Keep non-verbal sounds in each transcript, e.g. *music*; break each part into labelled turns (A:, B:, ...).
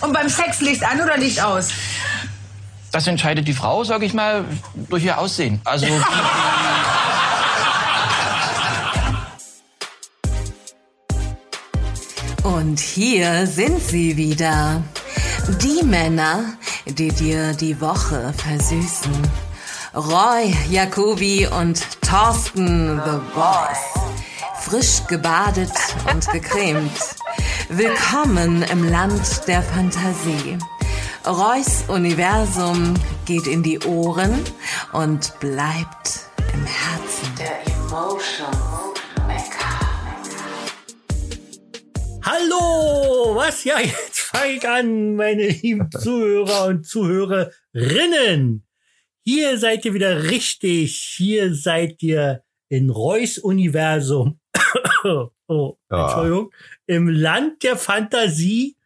A: Und beim Sex Licht an oder Licht aus?
B: Das entscheidet die Frau, sag ich mal, durch ihr Aussehen. Also.
C: Und hier sind sie wieder. Die Männer, die dir die Woche versüßen. Roy, Jacobi und Thorsten, The Boss. Frisch gebadet und gecremt. Willkommen im Land der Fantasie. Roys Universum geht in die Ohren und bleibt im Herzen. Der Emotion
D: Hallo, was ja jetzt fang an, meine lieben Zuhörer und Zuhörerinnen. Hier seid ihr wieder richtig. Hier seid ihr in Reus Universum. *coughs* oh,
E: Ja.
D: Entschuldigung. Im Land der Fantasie.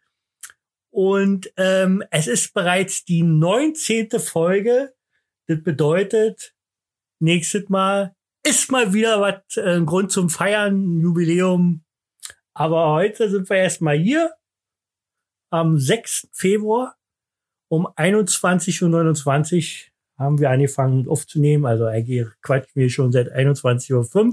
D: Und ähm, es ist bereits die 19. Folge. Das bedeutet, nächstes Mal ist mal wieder was, äh, ein Grund zum Feiern, ein Jubiläum, aber heute sind wir erstmal hier am 6. Februar um 21.29 Uhr haben wir angefangen aufzunehmen. Also eigentlich quatschen wir schon seit 21.05 Uhr.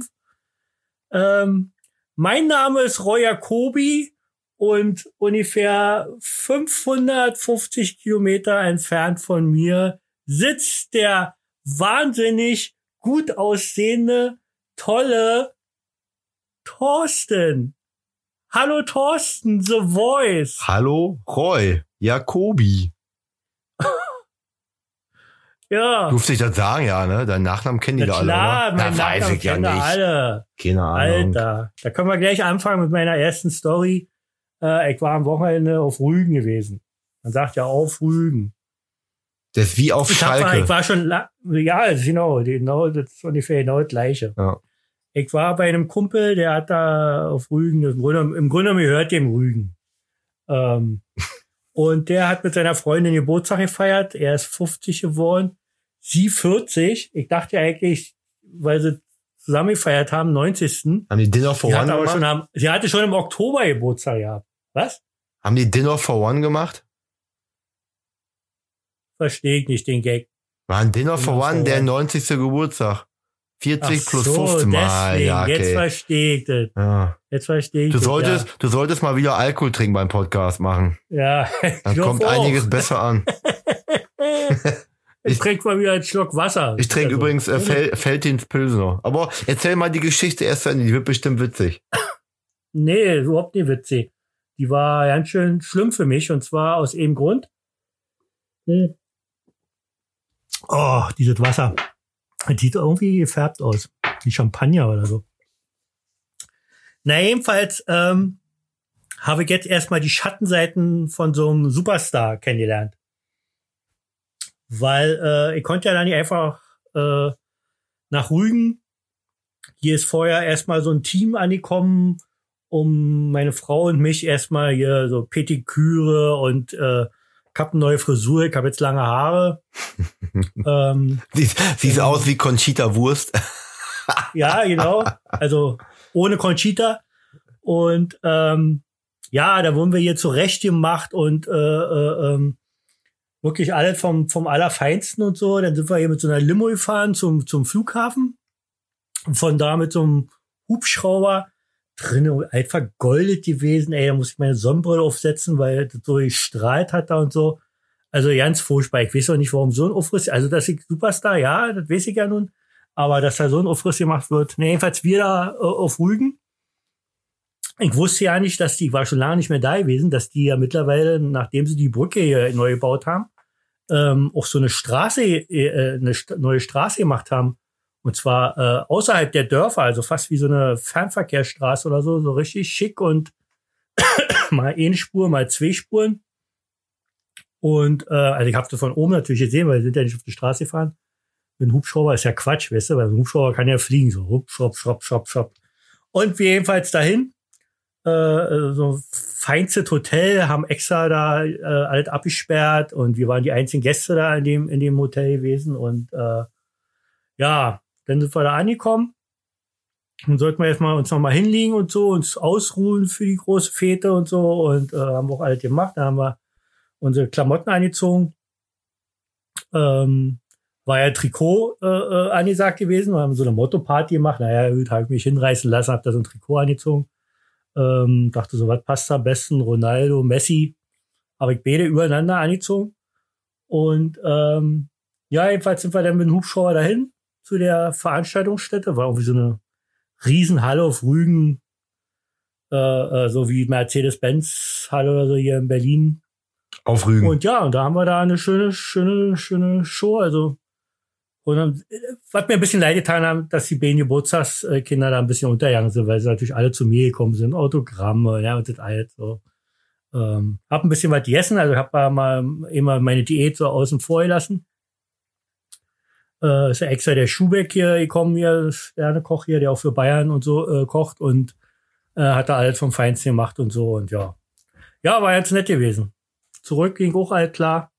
D: Ähm, mein Name ist Roya Kobi und ungefähr 550 Kilometer entfernt von mir sitzt der wahnsinnig gut aussehende, tolle Thorsten. Hallo Thorsten, The Voice.
E: Hallo, Roy, Jakobi.
D: Ja.
E: Durfte ich das sagen, ja, ne? Deinen Nachnamen kennen die da
D: Na
E: alle.
D: klar,
E: oder?
D: mein
E: Na, weiß
D: Nachnamen
E: ich ja
D: kennen
E: nicht.
D: alle.
E: Keine Ahnung.
D: Alter, da können wir gleich anfangen mit meiner ersten Story. Äh, ich war am Wochenende auf Rügen gewesen. Man sagt ja auf Rügen.
E: Das ist wie auf
D: Ich, hab, mal-
E: Schalke.
D: ich war schon, la- ja, das ist genau, genau, das ist ungefähr genau das Gleiche.
E: Ja.
D: Ich war bei einem Kumpel, der hat da auf Rügen, im Grunde, im Grunde genommen gehört dem Rügen.
E: *laughs*
D: Ähm, und der hat mit seiner Freundin Geburtstag gefeiert. Er ist 50 geworden, sie 40. Ich dachte eigentlich, weil sie zusammen gefeiert haben, 90.
E: haben die Dinner for
D: Sie
E: One
D: hatte, aber schon am,
E: gemacht?
D: sie hatte schon im Oktober Geburtstag gehabt. Was?
E: Haben die Dinner for One gemacht?
D: Verstehe ich nicht den Gag.
E: War ein Dinner for
D: Dinner for
E: One der
D: One.
E: 90. Geburtag. 40 plus 15
D: deswegen.
E: Mal. Ja,
D: Jetzt
E: okay.
D: verstehe ich das.
E: ja.
D: Jetzt verstehe ich
E: Du
D: das,
E: solltest, du solltest mal wieder Alkohol trinken beim Podcast machen.
D: Ja. *laughs* ja.
E: Dann
D: Ich
E: kommt
D: hoffe auch.
E: einiges
D: *laughs*
E: besser an.
D: Ich
E: Ich-
D: trinke mal wieder einen Schluck Wasser.
E: Ich trinke
D: Also,
E: übrigens äh, Fel, Feltins Pilsner. Aber erzähl mal die Geschichte erst zu Ende, die wird bestimmt witzig.
D: Nee, überhaupt nicht witzig. Die war ganz schön schlimm für mich und zwar aus eben Grund. Hm. Oh, dieses Wasser. Das sieht irgendwie gefärbt aus. Wie Champagner oder so. Na, jedenfalls ähm, habe ich jetzt erstmal die Schattenseiten von so einem Superstar kennengelernt. Weil äh, ich konnte ja dann nicht einfach äh, nach Rügen. Hier ist vorher erstmal so ein Team angekommen, um meine Frau und mich erstmal hier so Petiküre und äh, ich hab eine neue Frisur, ich habe jetzt lange Haare. ähm,
E: Sie, sieht aus wie Conchita Wurst.
D: ja, genau. Also ohne Conchita. Und ähm, ja, da wurden wir hier zurecht gemacht und äh, äh, ähm, wirklich alles vom, vom Allerfeinsten und so. Dann sind wir hier mit so einer Limo gefahren zum, zum Flughafen. Und von da mit so einem Hubschrauber drin, alt vergoldet gewesen. Ey, da muss ich meine Sonnenbrille aufsetzen, weil das so gestrahlt hat da und so. Also ganz furchtbar. Ich weiß auch nicht, warum so ein Aufriss. Also, dass ich Superstar, ja, das weiß ich ja nun. Aber dass da so ein Aufriss gemacht wird, ne, jedenfalls wir da äh, auf Rügen. Ich wusste ja nicht, dass die, ich war schon lange nicht mehr da gewesen, dass die ja mittlerweile, nachdem sie die Brücke hier neu gebaut haben, ähm, auch so eine Straße, äh, eine St neue Straße gemacht haben. Und zwar äh, außerhalb der Dörfer, also fast wie so eine Fernverkehrsstraße oder so, so richtig schick und *coughs* mal eine Spur, mal zwei Spuren. Und äh, also ich habe das von oben natürlich gesehen, weil wir sind ja nicht auf die Straße gefahren mit dem Hubschrauber ist ja Quatsch, weißt du, weil ein Hubschrauber kann ja fliegen, so hup, schropp, schropp, schropp, schropp. Und wir jedenfalls dahin, äh, so feinstes Hotel, haben extra da äh, alles abgesperrt und wir waren die einzigen Gäste da in dem, in dem Hotel gewesen und äh, ja, dann sind wir da angekommen und sollten wir erstmal uns nochmal hinlegen und so, uns ausruhen für die große Fete und so und äh, haben wir auch alles gemacht, da haben wir unsere Klamotten angezogen. Ähm, war ja Trikot äh, äh, angesagt gewesen. Wir haben so eine Motto-Party gemacht. Naja, gut, habe ich mich hinreißen lassen, habe da so ein Trikot angezogen. Ähm, dachte so, was passt da am besten? Ronaldo, Messi. Habe ich beide übereinander angezogen. Und ähm, ja, jedenfalls sind wir dann mit dem Hubschrauber dahin zu der Veranstaltungsstätte. War irgendwie so eine Riesenhalle auf Rügen, äh, äh, so wie Mercedes-Benz-Halle oder so hier in Berlin.
F: Auf Rügen.
D: Und ja, und da haben wir da eine schöne, schöne, schöne Show. Also, und dann, äh, was mir ein bisschen leid getan haben, dass die beiden Geburtstagskinder da ein bisschen untergegangen sind, weil sie natürlich alle zu mir gekommen sind, Autogramme, ja, und das alles so. Ähm, hab ein bisschen was gegessen, also hab da mal immer meine Diät so außen vor gelassen. Äh, ist ja extra der Schubeck hier gekommen, hier, der Koch hier, der auch für Bayern und so äh, kocht und äh, hat da alles vom Feinsten gemacht und so und ja. Ja, war ganz nett gewesen. Zurück ging auch halt klar.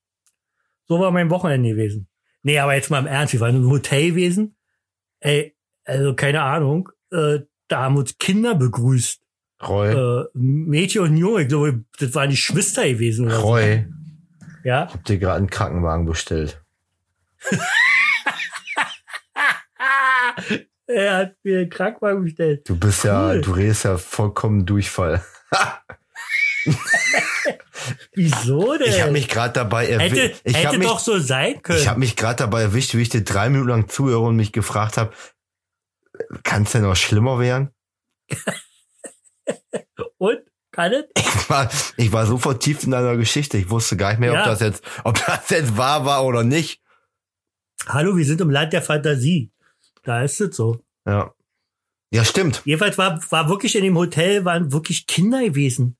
D: So war mein Wochenende gewesen. Nee, aber jetzt mal im Ernst, wir waren im Hotel gewesen. Ey, also keine Ahnung, äh, da haben uns Kinder begrüßt.
E: Roy.
D: Äh, Mädchen und Junge, ich glaube, das waren die Schwester gewesen. Oder so.
E: Roy.
D: Ja.
E: Habt ihr gerade einen Krankenwagen bestellt?
D: Er hat mir einen Krankenwagen bestellt.
E: Du bist ja,
D: Cool.
E: du redest ja vollkommen Durchfall.
D: Wieso denn?
E: Ich habe mich gerade dabei
D: Äh. hätte
E: erwischt. Ich
D: hätte
E: habe mich,
D: doch so sein können.
E: ich hab mich gerade dabei erwischt, wie ich dir drei Minuten lang zuhöre und mich gefragt habe, kann es denn noch schlimmer werden? *laughs*
D: und? Kann es?
E: Ich war, ich war so vertieft in deiner Geschichte, ich wusste gar nicht mehr,
D: Ja.
E: ob das jetzt, ob das jetzt wahr war oder nicht.
D: Hallo, wir sind im Land der Fantasie. Da ist es so.
E: Ja. Ja, stimmt.
D: Jedenfalls war, war wirklich in dem Hotel, waren wirklich Kinder gewesen.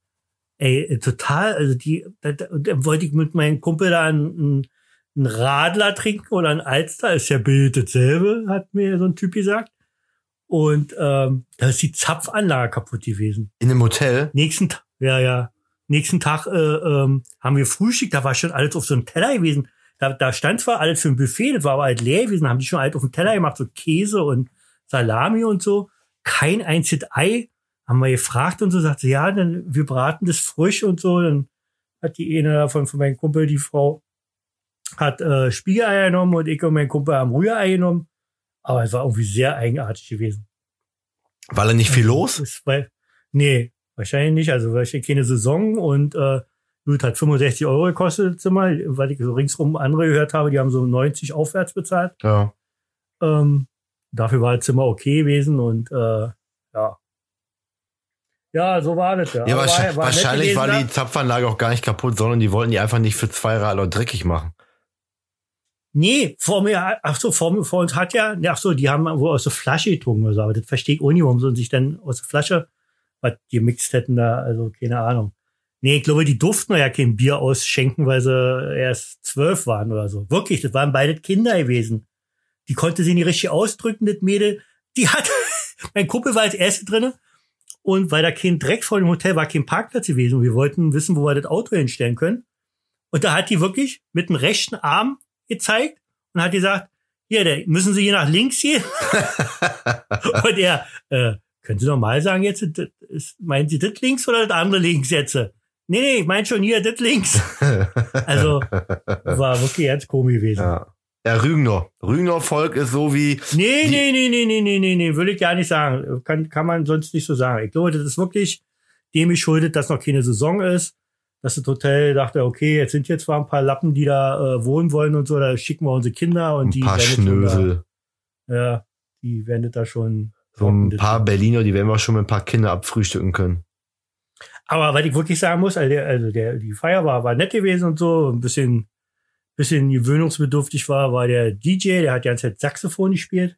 D: Ey, äh, total, also die, da, da, da wollte ich mit meinem Kumpel da einen, einen Radler trinken oder einen Alster, ist ja Bild dasselbe, hat mir so ein Typ gesagt. Und ähm, da ist die Zapfanlage kaputt gewesen.
E: In dem Hotel.
D: Nächsten Tag, ja, ja. Nächsten Tag äh, ähm, haben wir Frühstück, da war schon alles auf so einem Teller gewesen. Da, da stand zwar alles für ein Buffet, das war aber halt leer gewesen, haben die schon alles auf dem Teller gemacht, so Käse und Salami und so. Kein einziges Ei. Haben wir gefragt und so, sagte, sie, ja, dann wir braten das frisch und so. Dann hat die eine davon von meinem Kumpel, die Frau, hat äh, Spiegeleier genommen und ich und mein Kumpel haben Rührei genommen. Aber es war irgendwie sehr eigenartig gewesen.
E: War da nicht viel los?
D: Also, Ist bei, nee, wahrscheinlich nicht. Also wahrscheinlich keine Saison und äh, gut, hat 65 Euro gekostet das Zimmer, weil ich so ringsrum andere gehört habe, die haben so 90 aufwärts bezahlt.
E: Ja.
D: Ähm, dafür war das Zimmer okay gewesen und äh, ja. Ja, so war das ja.
E: Ja,
D: Aber
E: wahrscheinlich,
D: nett
E: wahrscheinlich
D: gewesen
E: war die
D: da.
E: Zapfanlage auch gar nicht kaputt, sondern die wollten die einfach nicht für zwei Radler
D: *laughs*
E: dreckig machen.
D: Nee, vor mir, ach so, vor, mir- vor uns hat ja, ach so, die haben wohl aus der Flasche getrunken oder so, aber das verstehe ich auch nicht, warum sie sich dann aus der Flasche was gemixt hätten da, also keine Ahnung. Nee, ich glaube, die durften ja kein Bier ausschenken, weil sie erst zwölf waren oder so. Wirklich, das waren beide Kinder gewesen. Die konnte sie nicht richtig ausdrücken, das Mädel. Die hat, *laughs* mein Kumpel war als Erste drinne und weil da kein Dreck vor dem Hotel war, kein Parkplatz gewesen. Und wir wollten wissen, wo wir das Auto hinstellen können. Und da hat die wirklich mit dem rechten Arm gezeigt und hat gesagt, hier, der, müssen Sie hier nach links
E: *laughs*
D: gehen? und er, äh, können Sie normal sagen jetzt, das ist, meinen Sie das links oder das andere links jetzt? Nee, nee, ich meine schon hier das links. Also war wirklich ganz komisch gewesen.
E: Ja. Ja, Rügenau. Rügenau Volk ist so wie,
D: Nee,
E: Die-
D: nee, nee, nee, nee, nee, nee, nee, würde ich gar nicht sagen. Kann, kann man sonst nicht so sagen. Ich glaube, das ist wirklich dem geschuldet, dass noch keine Saison ist. Dass das Hotel dachte, okay, jetzt sind hier zwar ein paar Lappen, die da äh, wohnen wollen und so, da schicken wir unsere Kinder und
E: ein
D: die
E: paar
D: werden schon
E: Schnösel.
D: Da, ja, die wendet da schon.
E: So ein paar Berliner, die werden wir schon mit ein paar Kinder abfrühstücken können.
D: Aber was ich wirklich sagen muss, also, der, also der, die Feier war, war nett gewesen und so, ein bisschen, bisschen gewöhnungsbedürftig war, war der DJ, der hat die ganze Zeit Saxophon gespielt.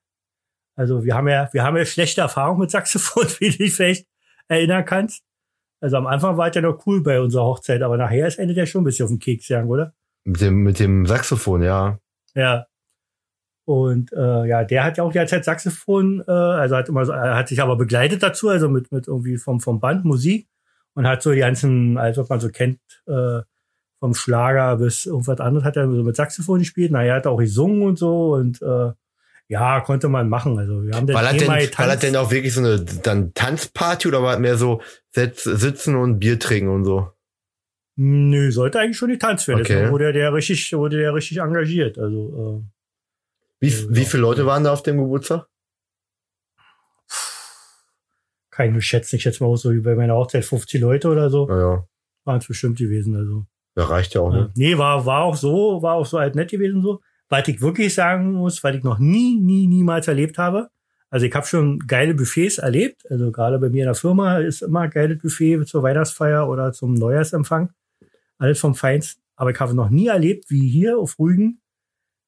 D: Also wir haben ja, wir haben ja schlechte Erfahrungen mit Saxophon, *laughs* wie du dich vielleicht erinnern kannst. Also am Anfang war es ja noch cool bei unserer Hochzeit, aber nachher ist endet ja schon ein bisschen auf den Keks gegangen, oder?
E: Mit dem, mit dem Saxophon, ja.
D: Ja. Und äh, ja, der hat ja auch die ganze Zeit Saxophon, äh, also hat immer so, er hat sich aber begleitet dazu, also mit, mit irgendwie vom, vom Band Musik und hat so die ganzen, als ob man so kennt, äh, vom Schlager bis irgendwas anderes hat er so mit Saxophon gespielt. Naja, hat auch gesungen und so und äh, ja, konnte man machen. Also wir haben
E: War
D: das
E: das, denn,
D: Thema
E: war das
D: getanzt.
E: denn auch wirklich so eine dann Tanzparty oder war das mehr so Setz, sitzen und Bier trinken und so?
D: Nö, sollte eigentlich schon die Tanzwelle
E: Okay.
D: sein. Wurde der richtig, wurde der richtig engagiert. Also, äh,
E: Wie,
D: Ja. genau.
E: wie viele Leute waren da auf dem Geburtstag?
D: kein geschätzt, ich jetzt mal so wie bei meiner Hochzeit 50 Leute oder so.
E: Naja,
D: Waren es bestimmt gewesen. Also.
E: da reicht ja auch.
D: Ja.
E: Ne?
D: Nee, war, war auch so, war auch so halt nett gewesen so. Was ich wirklich sagen muss, weil ich noch nie, nie, niemals erlebt habe. Also ich habe schon geile Buffets erlebt. Also gerade bei mir in der Firma ist immer geiles Buffet zur Weihnachtsfeier oder zum Neujahrsempfang. Alles vom Feinsten. Aber ich habe noch nie erlebt, wie hier auf Rügen,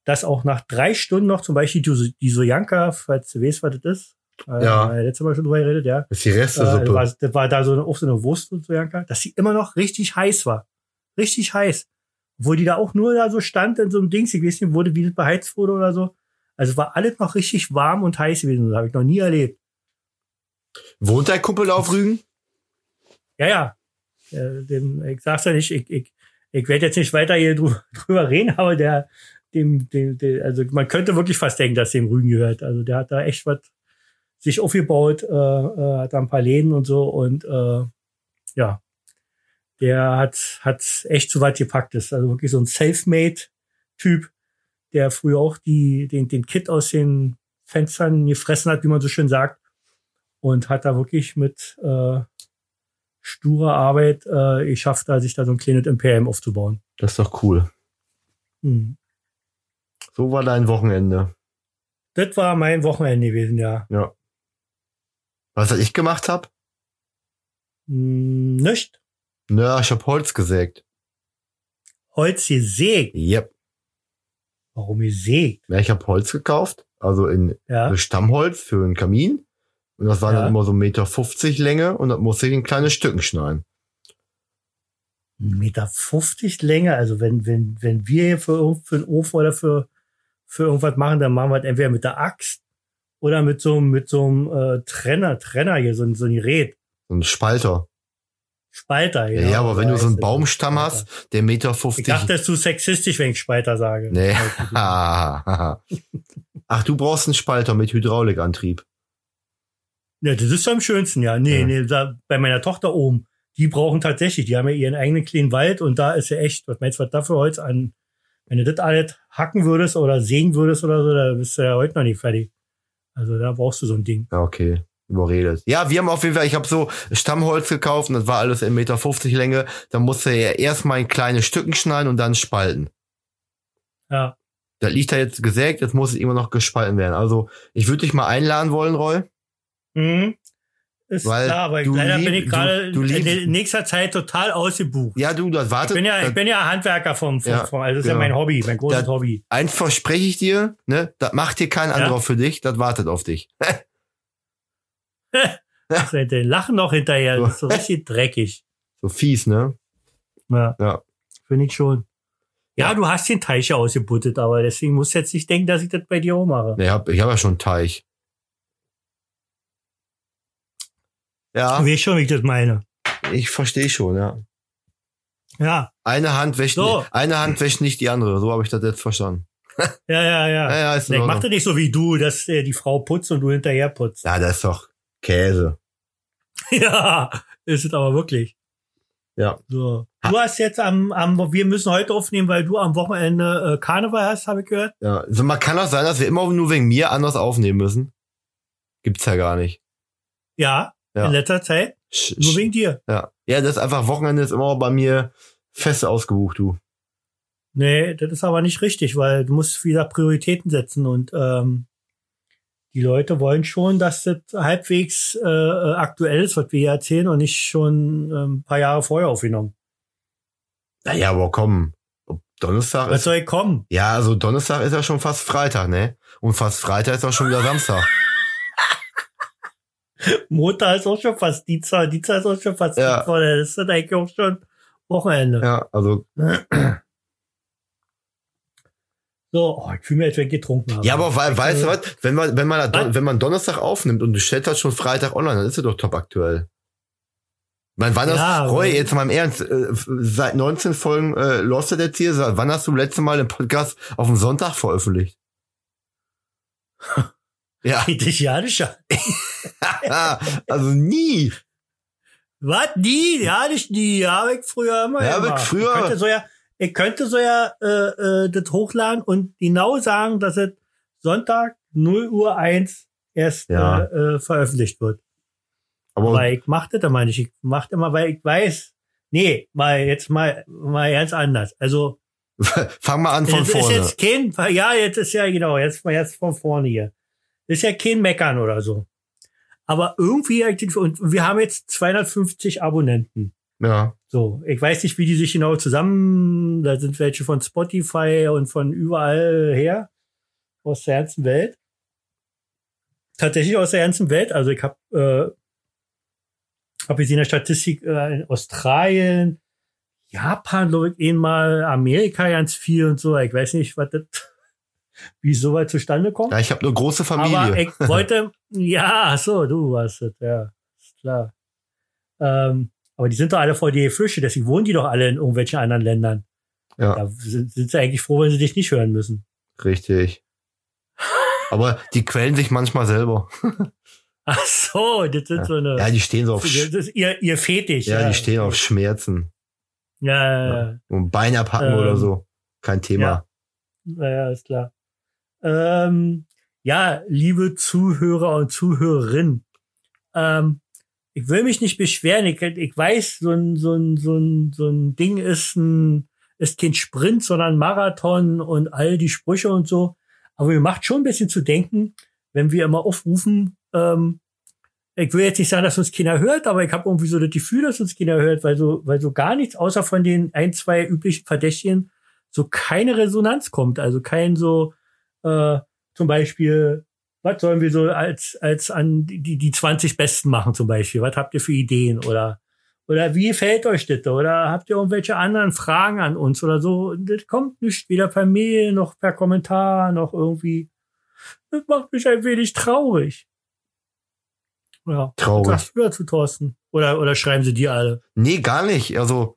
D: dass auch nach drei Stunden noch zum Beispiel die, die Sojanka, falls du weißt, was das ist, äh,
E: Ja.
D: haben wir letztes Mal schon drüber geredet, ja.
E: Das ist die also
D: Äh,
E: Restesuppe.
D: war, das war da so eine, auch so eine Wurst und so, Janka, dass sie immer noch richtig heiß war. Richtig heiß. Obwohl die da auch nur da so stand in so einem Dings, ich weiß nicht, wurde, wie das beheizt wurde oder so. Also war alles noch richtig warm und heiß gewesen. Das habe ich noch nie erlebt.
E: Wohnt dein Kumpel auf Rügen?
D: Ja, ja. Äh, dem, ich sag's ja nicht, ich, ich, ich werde jetzt nicht weiter hier drü- *laughs* drüber reden, aber der, dem, dem, dem, also man könnte wirklich fast denken, dass dem Rügen gehört. Also der hat da echt was sich aufgebaut, äh, äh, hat da ein paar Läden und so und äh, ja, der hat, hat echt zu weit gepackt. Ist also wirklich so ein Selfmade-Typ, der früher auch die, den, den Kit aus den Fenstern gefressen hat, wie man so schön sagt. Und hat da wirklich mit äh, sturer Arbeit äh, geschafft, da sich da so ein kleines Imperium aufzubauen.
E: Das ist doch cool.
D: Hm.
E: So war dein Wochenende.
D: Das war mein Wochenende gewesen, ja.
E: Ja. Was ich gemacht habe?
D: Hm, nicht
E: Naja, ich habe Holz gesägt.
D: Holz gesägt.
E: Yep.
D: Warum gesägt?
E: Ja, ich habe Holz gekauft, also in
D: Ja.
E: also Stammholz für einen Kamin. Und das waren
D: Ja.
E: dann immer so 1,50 Meter Länge und das musste ich in kleine Stücken schneiden.
D: 1,50 Meter Länge. Also wenn, wenn, wenn wir hier für, irgend- für einen Ofen oder für, für irgendwas machen, dann machen wir das entweder mit der Axt oder mit so, einem- mit so einem äh, Trenner, Trenner hier, so, ein- so ein Gerät.
E: So ein Spalter.
D: Spalter.
E: Ja,
D: genau.
E: aber wenn du so einen
D: Weiß,
E: Baumstamm
D: Spalter.
E: hast, der 1,50 Meter.
D: Ich dachte, das ist zu sexistisch, wenn ich Spalter sage.
E: nee. *laughs*
D: *laughs*
E: Ach, du brauchst einen Spalter mit Hydraulikantrieb.
D: Ja, das ist am schönsten, ja. Nee,
E: Ja.
D: nee, da, bei meiner Tochter oben, die brauchen tatsächlich, die haben ja ihren eigenen kleinen Wald und da ist ja echt, was meinst du, was da für Holz an, wenn du das alles hacken würdest oder sägen würdest oder so, da bist du ja heute noch nicht fertig. Also da brauchst du so ein Ding.
E: Ja, okay. Überredet. Ja, wir haben auf jeden Fall, ich habe so Stammholz gekauft und das war alles 1,50 Meter Länge. Dann musste er erstmal in kleine Stücken schneiden und dann spalten.
D: Ja,
E: Das liegt da jetzt gesägt, jetzt muss es immer noch gespalten werden. Also ich würde dich mal einladen wollen, Roy.
D: mhm. ist
E: Weil
D: klar, aber
E: du
D: leider bin
E: lieb-
D: ich gerade
E: du- du
D: in
E: liebst-
D: in nächster Zeit total ausgebucht.
E: Ja, du, das
D: ich
E: wartet.
D: bin ja,
E: das,
D: ich bin ja Handwerker vom, vom,
E: Ja,
D: vom also das ist ja
E: genau.
D: mein Hobby, mein großes
E: Da-
D: Hobby.
E: eins verspreche ich dir, ne? Das macht dir kein anderer für dich, das wartet auf dich.
D: Das ist ja- Lachen noch hinterher, das ist
E: *laughs*
D: so richtig dreckig.
E: So fies, ne?
D: Ja.
E: Ja.
D: Finde ich schon. Ja, du hast den Teich ja ausgebuttet, aber deswegen musst du jetzt nicht denken, dass ich das bei dir auch mache.
E: Ne, Ich habe ich hab ja schon einen Teich.
D: Du
E: Ja,
D: weißt schon, wie ich das meine.
E: ich verstehe schon, ja.
D: Ja,
E: Eine Hand wäscht,
D: So.
E: eine Hand wäscht nicht die andere, so habe ich das jetzt verstanden.
D: ja, ja, ja.
E: Ja, ja, ist in
D: ich mach
E: Ordnung.
D: das nicht so wie du, dass äh, die Frau putzt und du hinterher putzt.
E: Ja, das ist doch Käse.
D: *laughs* Ja, ist es aber wirklich.
E: Ja.
D: So. Du hast jetzt am, am, wir müssen heute aufnehmen, weil du am Wochenende äh, Karneval hast, habe ich gehört.
E: Ja, also man kann auch sein, dass wir immer nur wegen mir anders aufnehmen müssen. Gibt's ja gar nicht.
D: Ja,
E: Ja.
D: in letzter Zeit.
E: Sch-
D: Nur
E: sch-
D: wegen dir.
E: Ja. ja, das ist einfach Wochenende ist immer bei mir fest ausgebucht, du.
D: Nee, das ist aber nicht richtig, weil du musst wieder Prioritäten setzen und ähm, die Leute wollen schon, dass das halbwegs äh, aktuell ist, was wir hier erzählen und nicht schon ähm, ein paar Jahre vorher aufgenommen.
E: Naja, aber komm. Ob Donnerstag
D: Was
E: ist.
D: soll ich kommen?
E: Ja, also Donnerstag ist ja schon fast Freitag, ne? Und fast Freitag ist auch schon wieder Samstag.
D: Montag ist auch schon fast Dienstag, Dienstag ist auch schon fast
E: Ja.
D: Mittwoch, dann ist das eigentlich auch schon Wochenende.
E: Ja, also.
D: So, oh, ich fühle mich, als wenn ich getrunken habe.
E: Ja,
D: *laughs*
E: aber wei- weißt du was? Wenn man, wenn man,
D: Was?
E: wenn man Donnerstag aufnimmt und du stellst das schon Freitag online, dann ist er doch top aktuell. Mein, wann
D: Ja,
E: hast, Roy,
D: aber-
E: jetzt mal im Ernst, äh, f- seit 19 Folgen äh, läuft das jetzt hier, seit wann hast du letzte Mal den Podcast auf dem
D: *laughs*
E: Sonntag veröffentlicht? ja,
D: Dich ja nicht an.
E: also nie.
D: Was? Die? Ja, nicht die. Ja, hab ich früher immer.
E: Ja, hab ich
D: gemacht.
E: früher.
D: Ich könnte so ja, ich könnte so ja äh, äh, das hochladen und genau sagen, dass es Sonntag 0 Uhr 1 erst
E: Ja.
D: äh, äh, veröffentlicht wird.
E: Aber
D: Weil ich mach das immer nicht. Ich mach das immer, weil ich weiß, nee, mal jetzt mal, mal ganz anders. Also,
E: fang mal an von
D: das ist
E: vorne.
D: jetzt kein, ja, jetzt ist ja, genau, jetzt mal jetzt von vorne hier. Das ist ja kein Meckern oder so. Aber irgendwie, und wir haben jetzt 250 Abonnenten.
E: Ja.
D: So, ich weiß nicht, wie die sich genau zusammen, da sind welche von Spotify und von überall her, aus der ganzen Welt. Tatsächlich aus der ganzen Welt. Also ich habe äh, hab jetzt in der Statistik äh, in Australien, Japan, glaube ich, eh mal, Amerika ganz viel und so. Ich weiß nicht, was das, *laughs* wie es so weit zustande kommt.
E: ja, ich habe eine große
D: Aber
E: Familie.
D: ich wollte, ja, ach so, du warst es, ja, ist klar. Ähm, aber die sind doch alle VDE-Flüchte, deswegen wohnen die doch alle in irgendwelchen anderen Ländern.
E: Ja.
D: Da sind, sind sie eigentlich froh, wenn sie dich nicht hören müssen. *laughs*
E: Richtig. Aber die quälen sich manchmal selber.
D: Ach so, das sind so eine,
E: Ja, die stehen so auf,
D: das
E: Sch
D: ist ihr, ihr Fetisch.
E: ja, die stehen auf Schmerzen.
D: Ja, ja, ja,
E: Und Bein abhacken
D: Ähm,
E: oder so. Kein Thema.
D: ja, ja ist klar. Ähm, ja, liebe Zuhörer und Zuhörerinnen, ähm, ich will mich nicht beschweren. Ich, ich weiß, so ein, so, ein, so, ein, so ein Ding ist, ein, ist kein Sprint, sondern ein Marathon und all die Sprüche und so. Aber mir macht schon ein bisschen zu denken, wenn wir immer aufrufen, ähm, ich will jetzt nicht sagen, dass uns keiner hört, aber ich habe irgendwie so das Gefühl, dass uns keiner hört, weil so, weil so gar nichts außer von den ein, zwei üblichen Verdächtigen so keine Resonanz kommt. Also kein so, äh, zum Beispiel, was sollen wir so als, als an die, die 20 Besten machen zum Beispiel? Was habt ihr für Ideen oder, oder wie gefällt euch das? Oder habt ihr irgendwelche anderen Fragen an uns oder so? Das kommt nicht weder per Mail noch per Kommentar noch irgendwie. Das macht mich ein wenig traurig. Ja. Was
E: Traurig.
D: sagst du dazu, Thorsten? Oder, oder schreiben sie dir alle?
E: Nee, gar nicht. Also,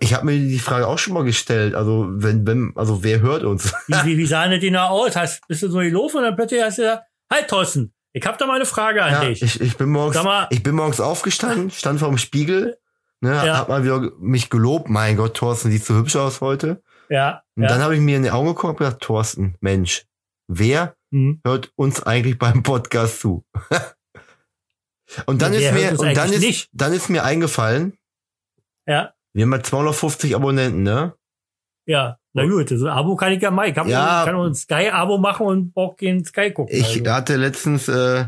E: ich habe mir die Frage auch schon mal gestellt. Also, wenn, wenn, also wer hört uns? *laughs*
D: Wie, wie, wie sahen die da aus? Hast, bist du so gelaufen und dann plötzlich hast du gesagt, halt Thorsten, ich hab da mal eine Frage an
E: Ja,
D: dich.
E: ich, ich, bin morgens,
D: Sag mal-
E: ich bin
D: *laughs*
E: morgens aufgestanden, stand vor dem Spiegel, ne,
D: Ja.
E: hab mal wieder mich gelobt. Mein Gott, Thorsten, siehst du hübsch aus heute.
D: ja,
E: Und
D: ja.
E: dann habe ich mir in die Augen geguckt und gedacht, Thorsten, Mensch, wer
D: hm.
E: hört uns eigentlich beim Podcast zu? *laughs* und dann
D: Ja,
E: ist
D: wer hört
E: mir,
D: uns
E: und dann
D: eigentlich
E: ist,
D: nicht?
E: dann ist mir eingefallen,
D: ja,
E: wir haben ja 250 Abonnenten, ne?
D: ja. Na gut, so ein Abo kann ich ja machen. Ich hab,
E: Ja.
D: kann auch ein Sky-Abo machen und Bock gehen Sky gucken.
E: Ich
D: also.
E: hatte letztens äh,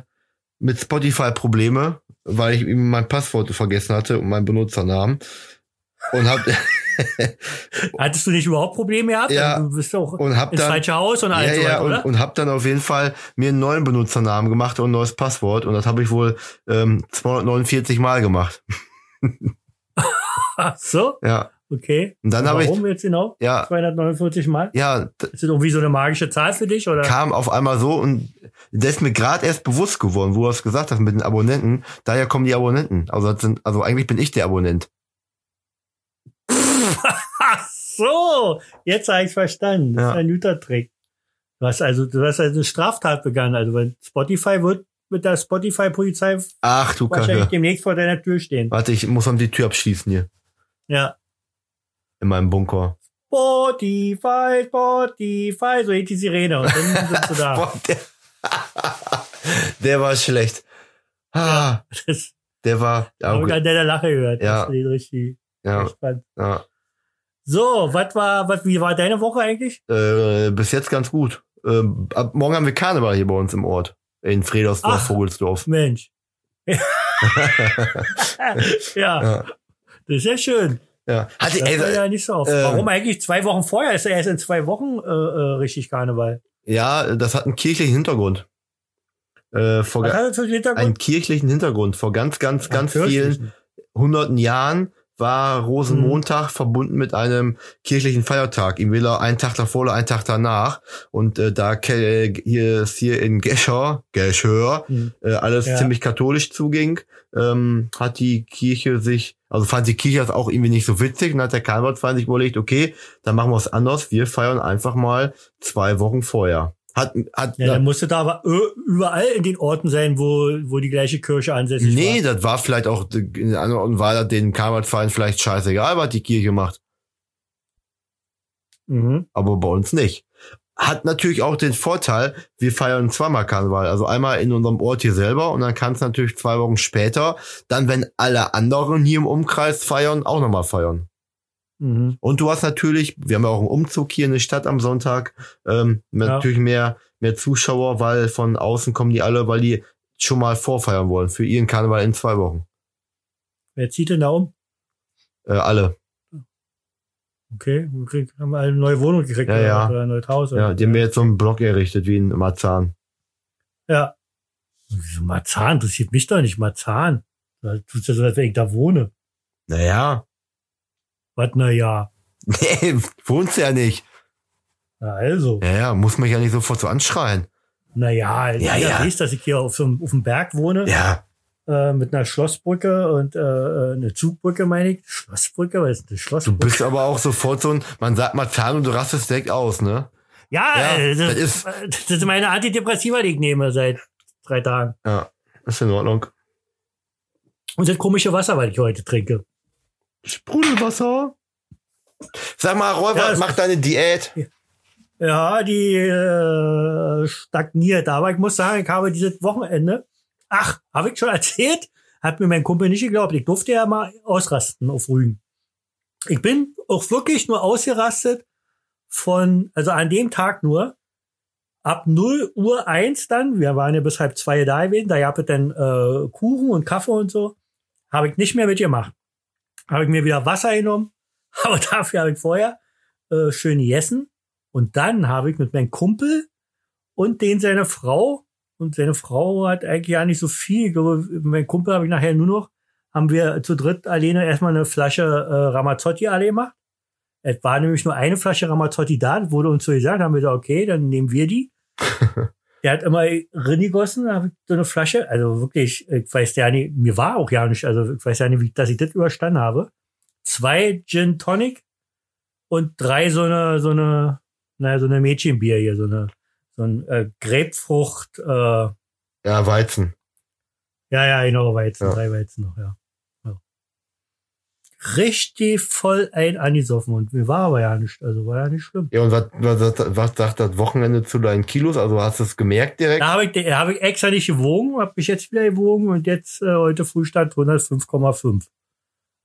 E: mit Spotify Probleme, weil ich ihm mein Passwort vergessen hatte und meinen Benutzernamen. Und hab, *laughs*
D: Hattest du nicht überhaupt Probleme gehabt? Also,
E: Ja.
D: Du bist doch
E: und hab
D: ins
E: dann
D: falsche Haus und
E: ja,
D: alles,
E: ja,
D: so,
E: und,
D: halt oder?
E: und habe dann auf jeden Fall mir einen neuen Benutzernamen gemacht und ein neues Passwort und das habe ich wohl ähm, 249 Mal gemacht.
D: Ach so,
E: Ja,
D: okay.
E: und dann habe ich
D: Warum jetzt genau?
E: ja
D: 249 Mal?
E: ja d-
D: Ist das irgendwie so eine magische Zahl für dich? Oder?
E: kam auf einmal so und das ist mir gerade erst bewusst geworden, wo du das gesagt hast mit den Abonnenten. Daher kommen die Abonnenten. Also das sind, also eigentlich bin ich der Abonnent.
D: Ach so, jetzt habe ich verstanden. Das
E: Ja.
D: ist ein guter Trick. Du hast also, du hast also eine Straftat begangen. Also wenn Spotify wird mit der Spotify-Polizei
E: Ach du
D: wahrscheinlich
E: Kacke.
D: demnächst vor deiner Tür stehen.
E: Warte, ich muss noch die Tür abschließen hier
D: Ja.
E: in meinem Bunker.
D: Spotify, Spotify, so geht die Sirene und dann bist du
E: *laughs*
D: da.
E: Boah, der, der war schlecht. Ah,
D: Das
E: der war ja,
D: habe ich
E: gut.
D: an deiner Lache gehört.
E: Ja.
D: Das ist richtig
E: ja,
D: gespannt.
E: ja.
D: So, was war, was, wie war deine Woche eigentlich?
E: Äh, bis jetzt ganz gut. Äh, ab morgen haben wir Karneval hier bei uns im Ort. In Fredersdorf,
D: Ach.
E: Vogelsdorf.
D: Mensch. *laughs*
E: *laughs*
D: ja,
E: Ja.
D: das ist ja schön.
E: ja. Hatte,
D: Das
E: ey,
D: war
E: ja,
D: ja nicht so oft.
E: Also, äh, ähm,
D: Warum eigentlich zwei Wochen vorher? Ist ja erst in zwei Wochen äh, äh, richtig Karneval.
E: das hat einen kirchlichen Hintergrund. Äh, vor
D: Was
E: ga-
D: hat das für einen
E: einen
D: Hintergrund?
E: kirchlichen Hintergrund. Vor ganz, ganz, ganz
D: Ach,
E: vielen
D: kirchlichen.
E: hunderten Jahren war Rosenmontag
D: Mhm.
E: verbunden mit einem kirchlichen Feiertag. Im Wähler einen Tag davor oder einen Tag danach. Und äh, da ke- hier ist hier in Gescher, Gescher,
D: Hm.
E: äh, alles
D: Ja.
E: ziemlich katholisch zuging, ähm, hat die Kirche sich, also fand die Kirche das auch irgendwie nicht so witzig und hat der Karnevalsverein sich überlegt, okay, dann machen wir es anders, wir feiern einfach mal zwei Wochen vorher. Hat, hat,
D: Ja, dann musste da aber ö- überall in den Orten sein, wo, wo die gleiche Kirche ansässig
E: nee,
D: war.
E: das war vielleicht auch in anderen Orten war das den Karmatverein vielleicht scheißegal, was die Kirche macht.
D: Mhm.
E: aber bei uns nicht. Hat natürlich auch den Vorteil, wir feiern zweimal Karneval. Also einmal in unserem Ort hier selber und dann kann es natürlich zwei Wochen später, dann wenn alle anderen hier im Umkreis feiern, auch nochmal feiern.
D: Mhm.
E: Und du hast natürlich, wir haben ja auch einen Umzug hier in die Stadt am Sonntag, ähm,
D: Ja.
E: natürlich mehr, mehr Zuschauer, weil von außen kommen die alle, weil die schon mal vorfeiern wollen für ihren Karneval in zwei Wochen.
D: Wer zieht denn da um?
E: Äh, alle.
D: Okay, wir krieg- haben alle eine neue Wohnung gekriegt
E: Ja,
D: oder,
E: ja.
D: oder ein neues Haus.
E: Ja,
D: Oder?
E: die haben mir jetzt so einen Block errichtet wie in Marzahn.
D: ja. Wieso Marzahn? Interessiert mich doch nicht. Marzahn. Da tut's ja so, als wenn ich da wohne.
E: Naja, *laughs*
D: Was, na ja.
E: nee, wohnst ja nicht.
D: Na also.
E: Ja, ja, muss mich ja nicht sofort so anschreien.
D: Na ja,
E: Ja,
D: ja, jeder
E: ja.
D: weiß, dass ich hier auf, so einem, auf dem Berg wohne.
E: Ja,
D: Äh, mit einer Schlossbrücke und äh, äh, eine Zugbrücke, meine ich. Schlossbrücke? Was ist eine
E: du
D: Schlossbrücke?
E: bist aber auch sofort so ein, man sagt mal Zahn und du rastest direkt aus, ne?
D: Ja,
E: Ja,
D: äh, das,
E: das ist-
D: ist, das ist meine Antidepressiva, die ich nehme seit drei Tagen.
E: Ja, ist in Ordnung.
D: Und das komische Wasser, was ich heute trinke.
E: Sprudelwasser. Sag mal, Rolf,
D: Ja,
E: was
D: es-
E: macht deine Diät?
D: Ja, die äh, stagniert. Aber ich muss sagen, ich habe dieses Wochenende, ach, habe ich schon erzählt, hat mir mein Kumpel nicht geglaubt. Ich durfte ja mal ausrasten auf Rügen. Ich bin auch wirklich nur ausgerastet von, also an dem Tag nur, ab 0 Uhr 1 dann, wir waren ja bis halb zwei da gewesen, da gab es dann äh, Kuchen und Kaffee und so, habe ich nicht mehr mitgemacht. Habe ich mir wieder Wasser genommen, *laughs* aber dafür habe ich vorher äh, schön gegessen. Und dann habe ich mit meinem Kumpel und den seine Frau, und seine Frau hat eigentlich ja nicht so viel, ich glaube, mein Kumpel habe ich nachher nur noch, haben wir zu dritt alleine erstmal eine Flasche äh, Ramazzotti alle gemacht. Es war nämlich nur eine Flasche Ramazzotti da, das wurde uns so gesagt, haben wir gesagt, okay, dann nehmen wir die. Der hat immer rinnegossen, da habe ich so eine Flasche, also wirklich, ich weiß ja nicht, mir war auch ja nicht, also ich weiß ja nicht, wie, dass ich das überstanden habe. Zwei Gin Tonic und drei so eine, so eine, naja, so eine Mädchenbier hier, so eine, so ein äh, Grapefrucht, äh, ja,
E: Ja, Weizen.
D: ja, genau, Weizen,
E: Ja.
D: drei Weizen noch, ja. ja. Richtig voll ein angesoffen und mir war aber ja nicht, also war ja nicht schlimm.
E: Ja, und was, was, was sagt das Wochenende zu deinen Kilos? Also hast du es gemerkt direkt?
D: Da habe ich, da hab ich extra nicht gewogen, habe mich jetzt wieder gewogen und jetzt äh, heute früh stand 105,5.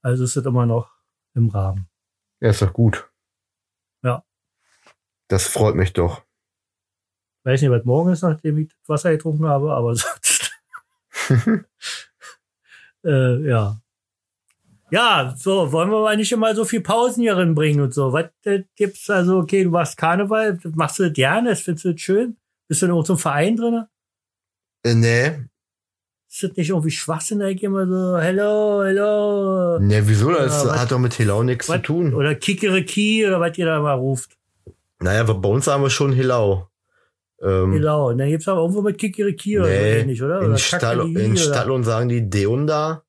D: Also ist das immer noch im Rahmen.
E: Ja, ist doch gut.
D: Ja.
E: Das freut mich doch.
D: weiß nicht, was morgen ist, nachdem ich das Wasser getrunken habe, aber *laughs*
E: *laughs*
D: sonst. äh, ja. Ja, so, wollen wir mal nicht immer so viel Pausen hier reinbringen und so. Was äh, gibt's also, okay, du machst Karneval, machst du das gerne, das findest du das schön? Bist du in irgendeinem Verein drin?
E: Äh, nee,
D: Ist das nicht irgendwie Schwachsinn, da ich immer so, hello, hello,
E: nee, wieso? Das
D: Ja, was-
E: hat doch mit Hilau nichts zu
D: was-
E: tun.
D: oder Kikeriki oder was ihr da mal ruft.
E: Naja, aber bei uns haben wir schon Hilau. Ähm,
D: Genau, und dann gibt's aber irgendwo mit Kikeriki oder so
E: Nee,
D: ähnlich, oder?
E: In,
D: oder
E: Stall,
D: Kakeriki
E: in
D: oder-
E: Stallon sagen die Deunda.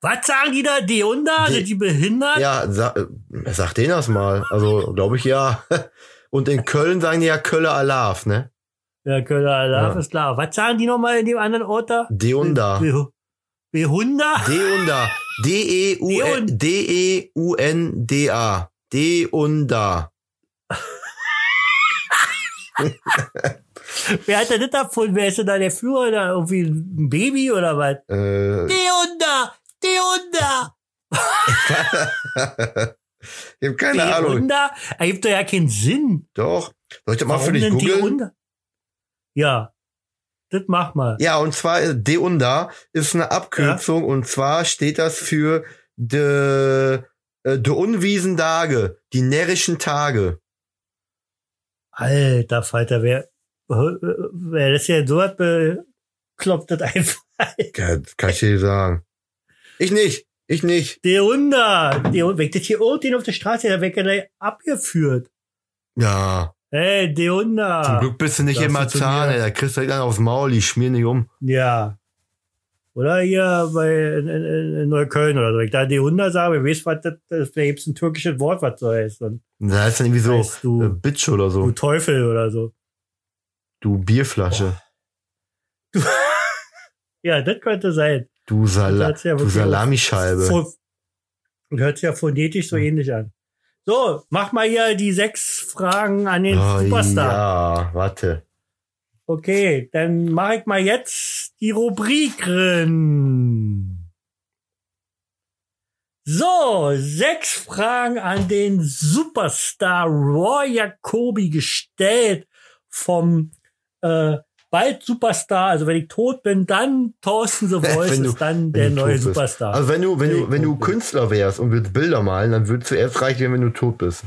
D: Was sagen die da? Deunda?
E: De-
D: Sind die behindert?
E: Ja, sa äh, sag denen das mal. Also, glaube ich, ja. *laughs* Und in Köln sagen die ja Kölle Alarv, ne?
D: Ja, Kölner Alarv
E: Ja.
D: ist klar. Was sagen die nochmal in dem anderen Ort da?
E: Deunda.
D: Be-
E: *laughs*
D: Behunda?
E: Deunda.
D: Deun-
E: D-E-U-N-D-A. Deunda.
D: Wer hat denn das davon? Wer ist denn da der Führer? Da irgendwie ein Baby oder was?
E: Äh, *laughs*
D: Deunda! Deunda!
E: ich hab keine Ahnung.
D: Deunda? Ergibt doch ja keinen Sinn.
E: Doch. Soll ich das mal für dich googeln?
D: Deunda? Ja. Das mach mal.
E: Ja, und zwar äh, Deunda ist eine Abkürzung und zwar steht das für de, äh, de unwiesen Tage, die närrischen Tage.
D: Alter Falter, wer, wer das hier so hat, bekloppt das einfach.
E: Ja, das kann ich dir sagen. Ich nicht, ich nicht.
D: Deunda! Deunda. Wenn ich das hier irgendwo auf der Straße, da wird gleich abgeführt.
E: Ja,
D: Hey, Deunda!
E: zum Glück bist du nicht
D: Darfst
E: immer
D: du zu
E: Zahn,
D: mir-
E: ey, da kriegst du direkt einen aufs Maul, die schmieren dich um.
D: Ja. Oder hier bei in, in, in Neukölln oder so. Wenn ich da die Hunde sage, weißt du, was das, das ist vielleicht ein türkisches Wort, was so heißt. Und
E: Da heißt dann irgendwie so,
D: Weißt du-
E: äh, Bitch oder
D: du
E: so.
D: Teufel oder so.
E: Du Bierflasche.
D: Ja, das könnte sein.
E: Du, Sala
D: Das hat sie ja
E: du
D: wirklich
E: Salamischeibe.
D: Pho- Hört sich ja phonetisch so ähnlich an. So, mach mal hier die sechs Fragen an den
E: Oh,
D: Superstar.
E: ja, warte.
D: Okay, dann mache ich mal jetzt die Rubriken. So, sechs Fragen an den Superstar Roy Jacobi gestellt vom äh, bald Superstar. Also wenn ich tot bin, dann Thorsten
E: *laughs*
D: The Voice
E: Wenn du-
D: ist dann
E: wenn
D: der
E: du tot
D: neue
E: bist.
D: Superstar.
E: Also wenn du, wenn du, wenn du
D: tot bin.
E: Künstler wärst und würdest Bilder malen, dann würdest du erst reich werden, wenn du tot bist.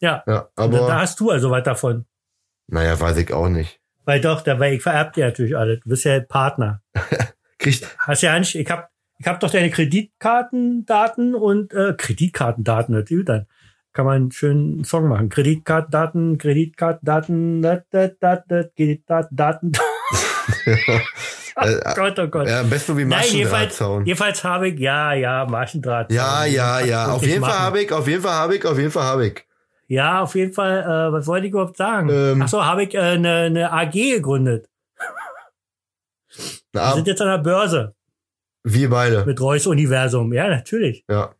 D: ja,
E: Ja,
D: da
E: aber
D: hast du also was davon.
E: naja, weiß ich auch nicht.
D: Weil doch, da, weil ich vererbt dir natürlich alle. Du bist ja Partner.
E: Kriegt,
D: Hast ja nicht, ich hab, ich hab doch deine Kreditkartendaten und äh, Kreditkartendaten natürlich dann. Kann man schön einen Song machen. Kreditkartendaten, Kreditkartendaten, dat, dat, dat, dat, Kreditkartendaten.
E: äh,
D: oh Gott, oh Gott.
E: Ja, am besten wie
D: Nein, jedenfalls,
E: Maschendrahtzaun.
D: jedenfalls habe ich, ja, ja, Maschendraht.
E: Ja, ja, ja. Auf jeden Fall habe ich, auf jeden Fall habe ich, auf jeden Fall habe ich.
D: Ja, auf jeden Fall, äh, was wollte ich überhaupt sagen?
E: Ähm.
D: Ach so, habe ich äh, eine, eine AG gegründet. Wir
E: Na,
D: sind jetzt an der Börse
E: wir beide.
D: mit Reus Universum. Ja, natürlich.
E: Ja.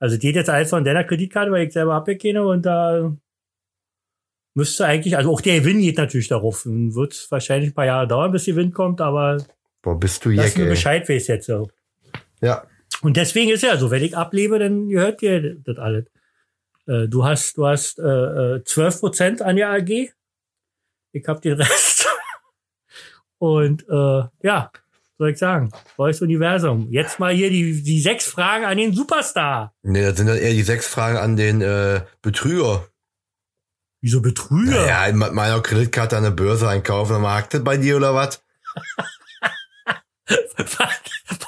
D: Also die hat jetzt alles von deiner Kreditkarte, weil ich selber hab ja keine und da müsste eigentlich, also auch der Gewinn geht natürlich darauf. Nun wird's wahrscheinlich ein paar Jahre dauern, bis der Gewinn kommt, aber
E: Boah, bist du
D: lass
E: Jack,
D: mir
E: ey.
D: Bescheid weiß jetzt so.
E: Ja.
D: Und deswegen ist ja so, wenn ich ablebe, dann gehört dir das alles. Äh, Du hast, du hast äh, äh, 12% an der AG. Ich hab den Rest. *laughs* Und äh, ja, soll ich sagen, Voice Universum. Jetzt mal hier die, die sechs Fragen an den Superstar.
E: Nee, das sind dann eher die sechs Fragen an den äh, Betrüger.
D: Wieso Betrüger?
E: Ja, mit meiner Kreditkarte an der Börse einkaufen. Mag das bei dir oder was?
D: Vor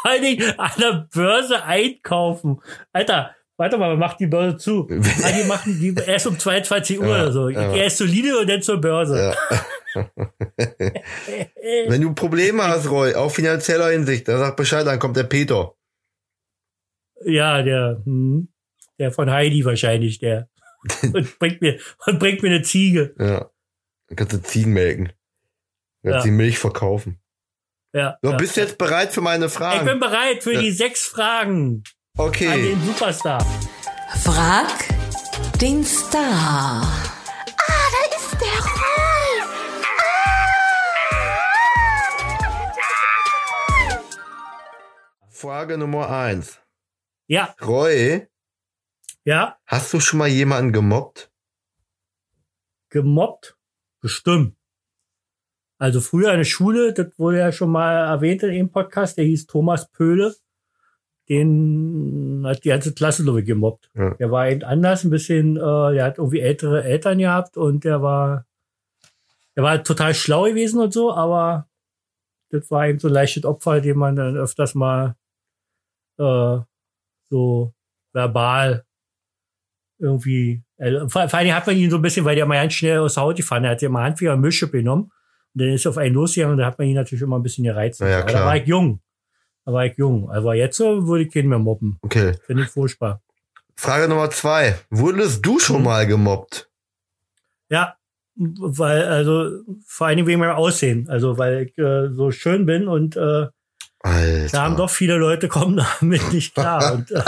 D: allen Dingen an der Börse einkaufen. Alter, warte mal, man macht die Börse zu. Ah, die machen die erst um 22 Uhr
E: Ja,
D: oder so. Ich
E: ja.
D: gehe erst zur Lidl und dann zur Börse.
E: Wenn du Probleme hast, Roy, auch finanzieller Hinsicht, dann sag Bescheid, dann kommt der Peter.
D: Ja, der, hm, der von Heidi wahrscheinlich,
E: *laughs*
D: der. Und bringt mir, und bringt mir eine Ziege.
E: Ja. Dann kannst du Ziegen melken. Dann kannst
D: Ja.
E: die Milch verkaufen.
D: Ja.
E: So,
D: ja.
E: bist du jetzt bereit für meine
D: Ich bin
E: Fragen?
D: bereit für
E: Ja.
D: die sechs Fragen an
E: Okay.
D: den Superstar.
C: Frag den Star.
F: Ah, da ist der Roy. Ah! Ah!
E: Frage Nummer eins.
D: Ja,
E: Roy,
D: ja,
E: hast du schon mal jemanden gemobbt?
D: gemobbt. Bestimmt. Also früher in der Schule, das wurde ja schon mal erwähnt in dem Podcast, der hieß Thomas Pöhle. Den hat die ganze Klasse, glaube ich, gemobbt.
E: Ja.
D: Der war eben anders, ein bisschen, äh, der hat irgendwie ältere Eltern gehabt und der war, der war total schlau gewesen und so, aber das war eben so ein leichtes Opfer, dem man dann öfters mal äh, so verbal irgendwie, äh, vor, vor allem hat man ihn so ein bisschen, weil der mal ganz schnell aus der Haut gefahren hat, er hat ja mal Handfeger Mische genommen und dann ist er auf einen losgegangen und da hat man ihn natürlich immer ein bisschen gereizt.
E: Na ja,
D: Aber
E: klar.
D: Da war ich jung. Da war ich jung. Aber jetzt so würde ich keinen mehr mobben.
E: Okay.
D: Finde ich furchtbar.
E: Frage Nummer zwei. Wurdest du
D: Hm.
E: schon mal gemobbt?
D: Ja, weil, also vor allen Dingen wegen meinem Aussehen. Also weil ich äh, so schön bin und äh,
E: Alter.
D: da haben doch viele Leute kommen *laughs* damit nicht klar. Und,
E: *laughs*
D: äh,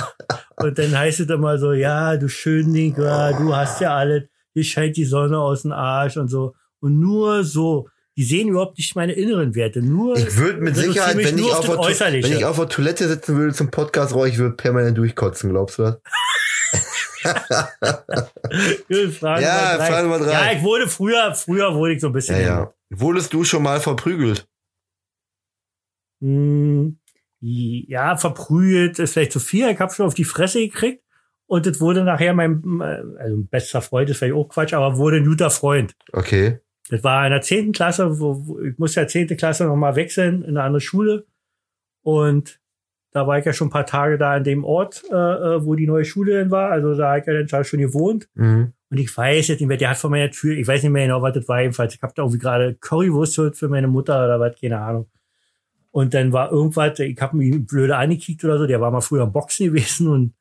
D: und dann heißt es immer so, ja, du Schönling, ja, du hast ja alles, dir scheint die Sonne aus dem Arsch und so. Und nur so, die sehen überhaupt nicht meine inneren Werte. Nur
E: ich würde mit
D: reduziere
E: Sicherheit,
D: mich
E: wenn ich,
D: Also nur
E: auf
D: auf
E: der
D: das
E: Tu- wenn
D: Äußerliche.
E: ich auf der Toilette sitzen würde zum Podcast, Roy, ich würde permanent durchkotzen, glaubst du das?
D: Gut, Frage
E: Ja,
D: Nummer drei.
E: Frage Nummer drei.
D: Ja, ich wurde früher, früher wurde ich so ein bisschen.
E: Ja, ja. Wurdest du schon mal verprügelt?
D: Hm, ja, verprügelt ist vielleicht zu viel. Ich habe schon auf die Fresse gekriegt. Und das wurde nachher mein, also mein bester Freund ist vielleicht auch Quatsch, aber wurde ein guter Freund.
E: Okay.
D: Das war in der 10. Klasse, wo, wo ich musste ja 10. Klasse nochmal wechseln in eine andere Schule. Und da war ich ja schon ein paar Tage da an dem Ort, äh, äh, wo die neue Schule dann war. Also da habe ich ja dann schon- schon gewohnt.
E: Mhm.
D: Und ich weiß jetzt nicht mehr, der hat vor meiner Tür, ich weiß nicht mehr genau, was das war jedenfalls. Ich habe da irgendwie gerade Currywurst geholt für meine Mutter oder was, keine Ahnung. Und dann war irgendwas, ich habe ihn blöde angekickt oder so, der war mal früher am Boxen gewesen und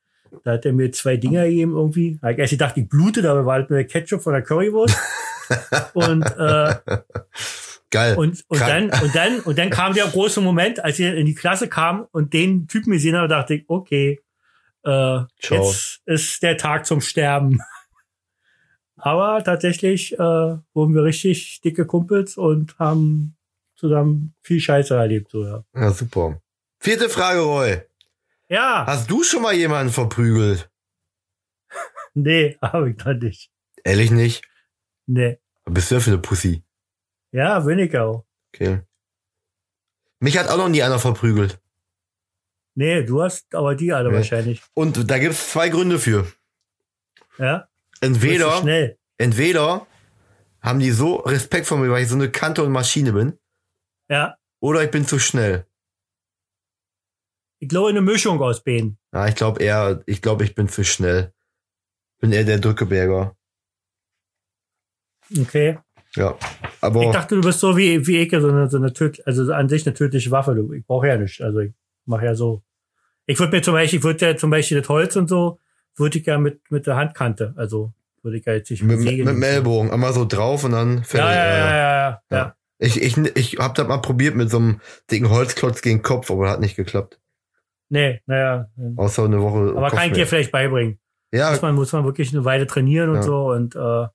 D: da hat er mir zwei Dinger gegeben irgendwie. Da hab Ich erst gedacht, ich blute, dabei war das nur der Ketchup von der Currywurst. Und, äh,
E: Geil.
D: und, und
E: Krank.
D: dann, und dann, und dann kam der große Moment, als ich in die Klasse kam und den Typen gesehen habe, dachte ich, okay, äh, jetzt ist der Tag zum Sterben. *laughs* Aber tatsächlich äh, wurden wir richtig dicke Kumpels und haben zusammen viel Scheiße erlebt, so ja.
E: Ja, super. Vierte Frage, Roy.
D: Ja,
E: Hast du schon mal jemanden verprügelt?
D: nee, *laughs* habe ich noch nicht.
E: Ehrlich nicht?
D: Nee.
E: Was bist du denn für eine Pussy?
D: Ja, bin ich auch.
E: Okay. Mich hat auch noch nie einer verprügelt.
D: Nee, du hast aber die alle
E: Nee.
D: wahrscheinlich.
E: Und da gibt's zwei Gründe für.
D: Ja? Du bist so
E: Entweder,
D: schnell.
E: entweder haben die so Respekt vor mir, weil ich so eine Kante und Maschine bin,
D: Ja.
E: oder ich bin zu schnell.
D: Ich glaube, eine Mischung aus beiden.
E: Ja, ich glaube eher, ich glaube, ich bin zu schnell. Bin eher der Drückeberger.
D: Okay.
E: Ja. Aber
D: Ich dachte, du bist so wie, wie Eke, so eine, so eine tödliche, also an sich eine tödliche Waffe. Du, ich brauche ja nicht. Also ich mache ja so. Ich würde mir zum Beispiel, ich würde ja zum Beispiel das Holz und so, würde ich ja mit, mit der Handkante. Also würde ich ja jetzt nicht
E: mit,
D: Säge
E: mit, mit
D: nehmen.
E: dem Ellbogen einmal so drauf und dann
D: ja, ja, ja, ja, ja, ja.
E: Ich, ich, ich hab das mal probiert mit so einem dicken Holzklotz gegen den Kopf, aber hat nicht geklappt.
D: Nee, naja.
E: Außer eine Woche.
D: Aber kann ich dir
E: Kopfschmerzen.
D: vielleicht beibringen.
E: Ja,
D: Muss man, muss man wirklich eine Weile trainieren und
E: Ja.
D: so und äh,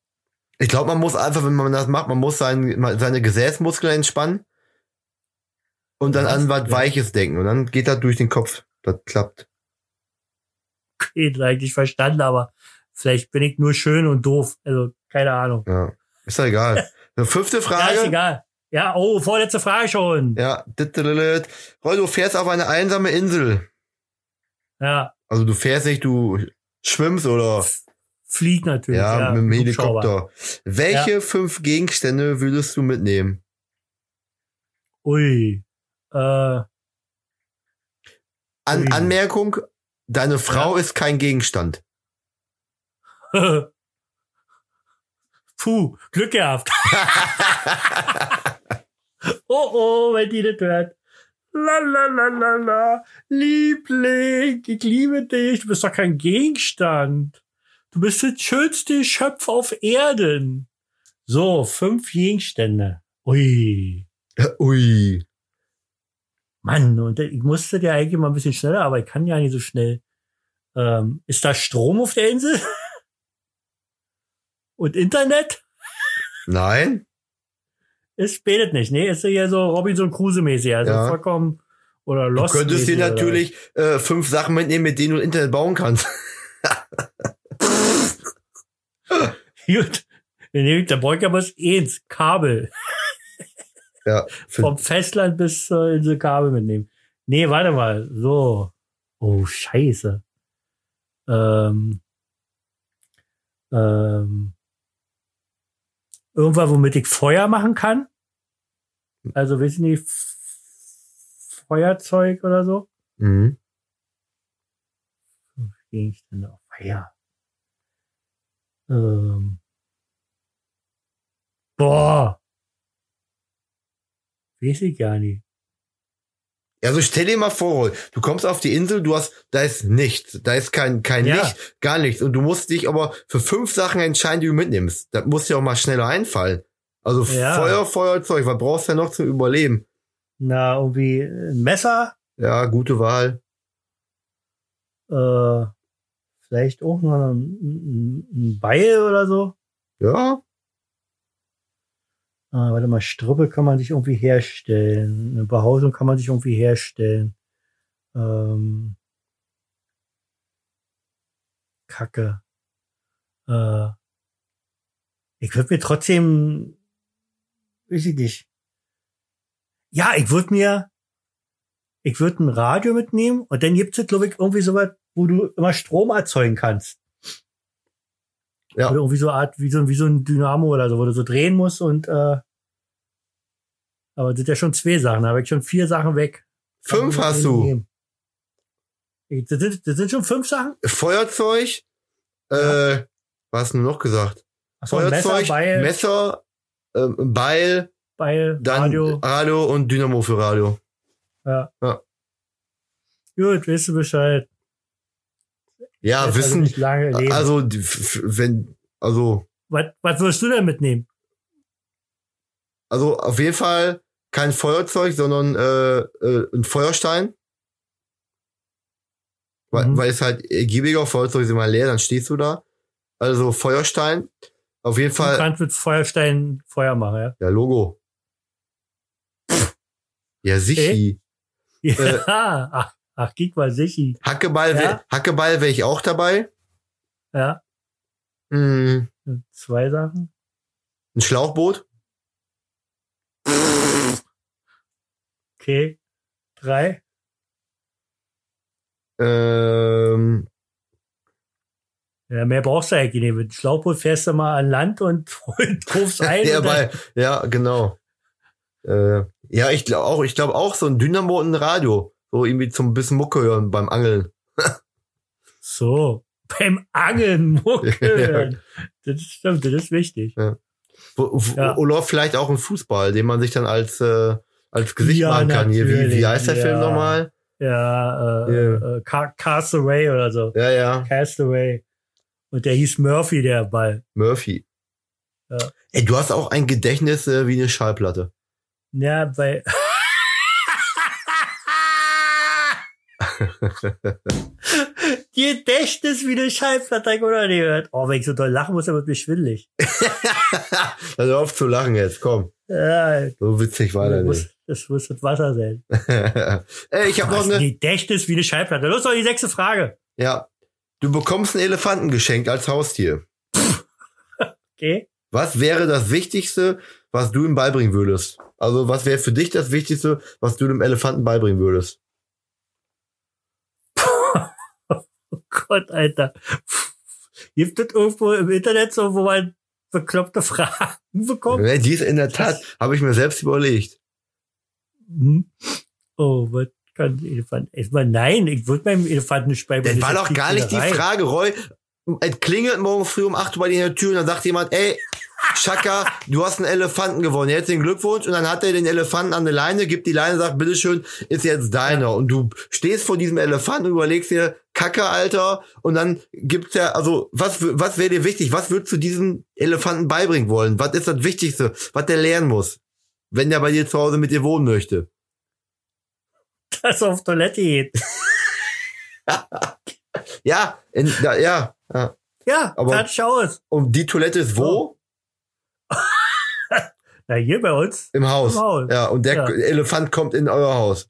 D: *laughs*
E: ich glaube, man muss einfach, wenn man das macht, man muss sein, mal seine Gesäßmuskeln entspannen und dann an was
D: Ja.
E: Weiches denken. Und dann geht das durch den Kopf. Das klappt.
D: ich eigentlich verstanden, aber vielleicht bin ich nur schön und doof. Also, keine Ahnung.
E: Ja. Ist
D: *laughs*
E: ja egal. Eine Fünfte
D: Ja, ist
E: Frage.
D: egal. Ja, oh, vorletzte Frage schon.
E: Ja, dittelelet. Roy, du fährst auf eine einsame Insel.
D: Ja,
E: Also du fährst nicht, du schwimmst oder
D: fliegt natürlich.
E: ja, mit dem
D: Hubschrauber.
E: Helikopter. Welche fünf Gegenstände würdest du mitnehmen?
D: Ui. Äh, *laughs*
E: An
D: Ui.
E: Anmerkung, deine Frau ist kein Gegenstand. *laughs*
D: Puh, Glück
E: *laughs*
D: gehabt. oh oh, wenn die das hört. La la la la la. Liebling, ich liebe dich. Du bist doch kein Gegenstand. Du bist das schönste Geschöpf auf Erden. So, fünf Gegenstände. Ui.
E: Ui.
D: Mann, und ich musste ja eigentlich mal ein bisschen schneller, aber ich kann ja nicht so schnell. Ähm, ist da Strom auf der Insel? *laughs* Und Internet?
E: Nein?
D: Es spätet nicht. Nee, ist ja so Robinson Crusoe-mäßig, also
E: Ja.
D: vollkommen oder
E: Du
D: Lost.
E: könntest dir
D: mäßig oder-
E: natürlich äh, fünf Sachen mitnehmen, mit denen du Internet bauen kannst. *laughs*
D: Gut. Dann nehme ich, dann brauche ich aber das eins, Kabel. *laughs*
E: ja. Für,
D: Vom Festland bis zur Insel Kabel mitnehmen. Nee, warte mal. So. Oh, scheiße. Ähm, ähm, irgendwas, womit ich Feuer machen kann? Also, wissen die Feuerzeug oder so?
E: mhm.
D: Gegenstände auf Feuer. Ähm. Boah. Weiß ich gar nicht.
E: Also stell dir mal vor, Roy, du kommst auf die Insel, du hast, da ist nichts, da ist kein, kein
D: Ja.
E: Licht, gar nichts. Und du musst dich aber für fünf Sachen entscheiden, die du mitnimmst. Das muss dir auch mal schneller einfallen. Also
D: Ja.
E: Feuer, Feuerzeug, was brauchst du denn noch zum Überleben?
D: Na, irgendwie ein Messer,
E: Ja, gute Wahl.
D: äh, vielleicht auch noch ein, ein, ein Beil oder so.
E: Ja,
D: Ah, warte mal, Strippe kann man sich irgendwie herstellen. Eine Behausung kann man sich irgendwie herstellen. Ähm, Kacke. Äh, ich würde mir trotzdem, weiß ich nicht. Ja, ich würde mir, ich würde ein Radio mitnehmen und dann gibt's es, glaube ich, irgendwie sowas, wo du immer Strom erzeugen kannst.
E: Ja.
D: Oder irgendwie so eine Art, wie so, ein- wie so ein Dynamo oder so, wo du so drehen musst und, äh, aber das sind ja schon zwei Sachen, da habe ich schon vier Sachen weg.
E: fünf
D: Kann man
E: hast
D: mitnehmen.
E: du.
D: Ich, das, sind, das sind schon fünf Sachen?
E: Feuerzeug, äh, was hast du noch gesagt?
D: Ach so, ein
E: Feuerzeug,
D: Messer, Beil,
E: Messer, ähm, Beil,
D: Beil,
E: dann äh,
D: Radio.
E: Radio. und Dynamo für Radio.
D: Gut, weißt du Bescheid. Jetzt
E: Ja,
D: also
E: Ah, wissen,
D: nicht lange leben.
E: also, die- Äh, f- f- wenn, also,
D: was, was würdest du denn mitnehmen?
E: Also auf jeden Fall kein Feuerzeug, sondern äh, äh, ein Feuerstein. Weil,
D: Mhm.
E: weil es halt ergiebiger, Feuerzeug sind mal leer, dann stehst du da. Also Feuerstein. Auf jeden
D: Du
E: Fall.
D: kannst mit Feuerstein Feuer machen,
E: Ja, Logo. Ja, Sichi.
D: *laughs* ja.
E: Äh.
D: Ja. Ach, ach, Geek war sicher.
E: Hackeball, wär-
D: Ja.
E: Hackeball wäre ich auch dabei.
D: Ja.
E: Hm,
D: Zwei Sachen.
E: ein Schlauchboot.
D: Okay. Drei.
E: Ähm,
D: Ja, mehr brauchst du eigentlich nicht. Mit dem Schlauchboot fährst du mal an Land und *laughs*
E: *laughs*
D: rufst ein.
E: ja,
D: und dann,
E: weil, ja, genau. Äh, ja, ich glaube auch, ich glaube auch so ein Dynamo und ein Radio. So irgendwie zum bisschen Mucke hören beim Angeln.
D: so. Beim
E: *laughs*
D: Angeln, Mucke. hören. Das stimmt, das ist wichtig.
E: Wo- wo-
D: Ja.
E: Oder vielleicht auch ein Fußball, den man sich dann als, äh, als Gesicht
D: Ja,
E: machen kann. Hier, wie, wie
D: natürlich,
E: heißt der
D: ja.
E: Film nochmal?
D: Ja, äh,
E: Ja.
D: äh, Ca- Castaway oder so.
E: Ja, ja.
D: Castaway. Und der hieß Murphy, der Ball.
E: Murphy.
D: Ja.
E: Ey, du hast auch ein Gedächtnis äh, wie eine Schallplatte. *laughs*
D: Ja, *laughs* bei. Gedächtnis wie eine Schallplatte, hab ich oder nicht gehört. Oh, wenn ich so doll lachen muss, dann wird mir schwindelig.
E: Dann hör auf zu lachen jetzt, komm.
D: Ja,
E: So witzig war
D: das
E: der
D: muss,
E: nicht.
D: das muss das Wasser sein.
E: *laughs* Ey, ich habe noch
D: Was,
E: eine.
D: Gedächtnis wie eine Schallplatte. Los, doch die sechste Frage.
E: Ja. Du bekommst einen Elefanten geschenkt als Haustier.
D: Okay?
E: Was wäre das Wichtigste, was du ihm beibringen würdest? Also, was wäre für dich das Wichtigste, was du dem Elefanten beibringen würdest?
D: Oh Gott, Alter. Gibt es irgendwo im Internet so, wo man bekloppte Fragen bekommt?
E: Ne, Die ist in der Tat, habe ich mir selbst überlegt.
D: Hm. Oh, was kann ein Elefant? Erstmal nein, ich würde meinem Elefanten nicht beibringen.
E: Das war
D: ist
E: doch gar nicht die
D: Tierquälerei.
E: Frage, Roy. Es klingelt morgen früh um 8 Uhr bei dir in der Tür und dann sagt jemand, ey, Schaka, du hast einen Elefanten gewonnen. Herzlichen Glückwunsch. Und dann hat er den Elefanten an der Leine, gibt die Leine, sagt, bitteschön, ist jetzt deiner. Und du stehst vor diesem Elefanten und überlegst dir, Kacke, Alter. Und dann gibt's ja, also, was, w- was wäre dir wichtig? Was würdest du diesem Elefanten beibringen wollen? Was ist das Wichtigste, was der lernen muss? Wenn der bei dir zu Hause mit dir wohnen möchte.
D: Dass er auf Toilette geht.
E: Ja, in, da, ja, ja.
D: Ja,
E: Aber-
D: fertig aus.
E: Und die Toilette ist wo?
D: Oh. Na, hier bei uns.
E: Im Haus.
D: Im Haus.
E: Ja, und der
D: Ja.
E: Elefant kommt in euer Haus.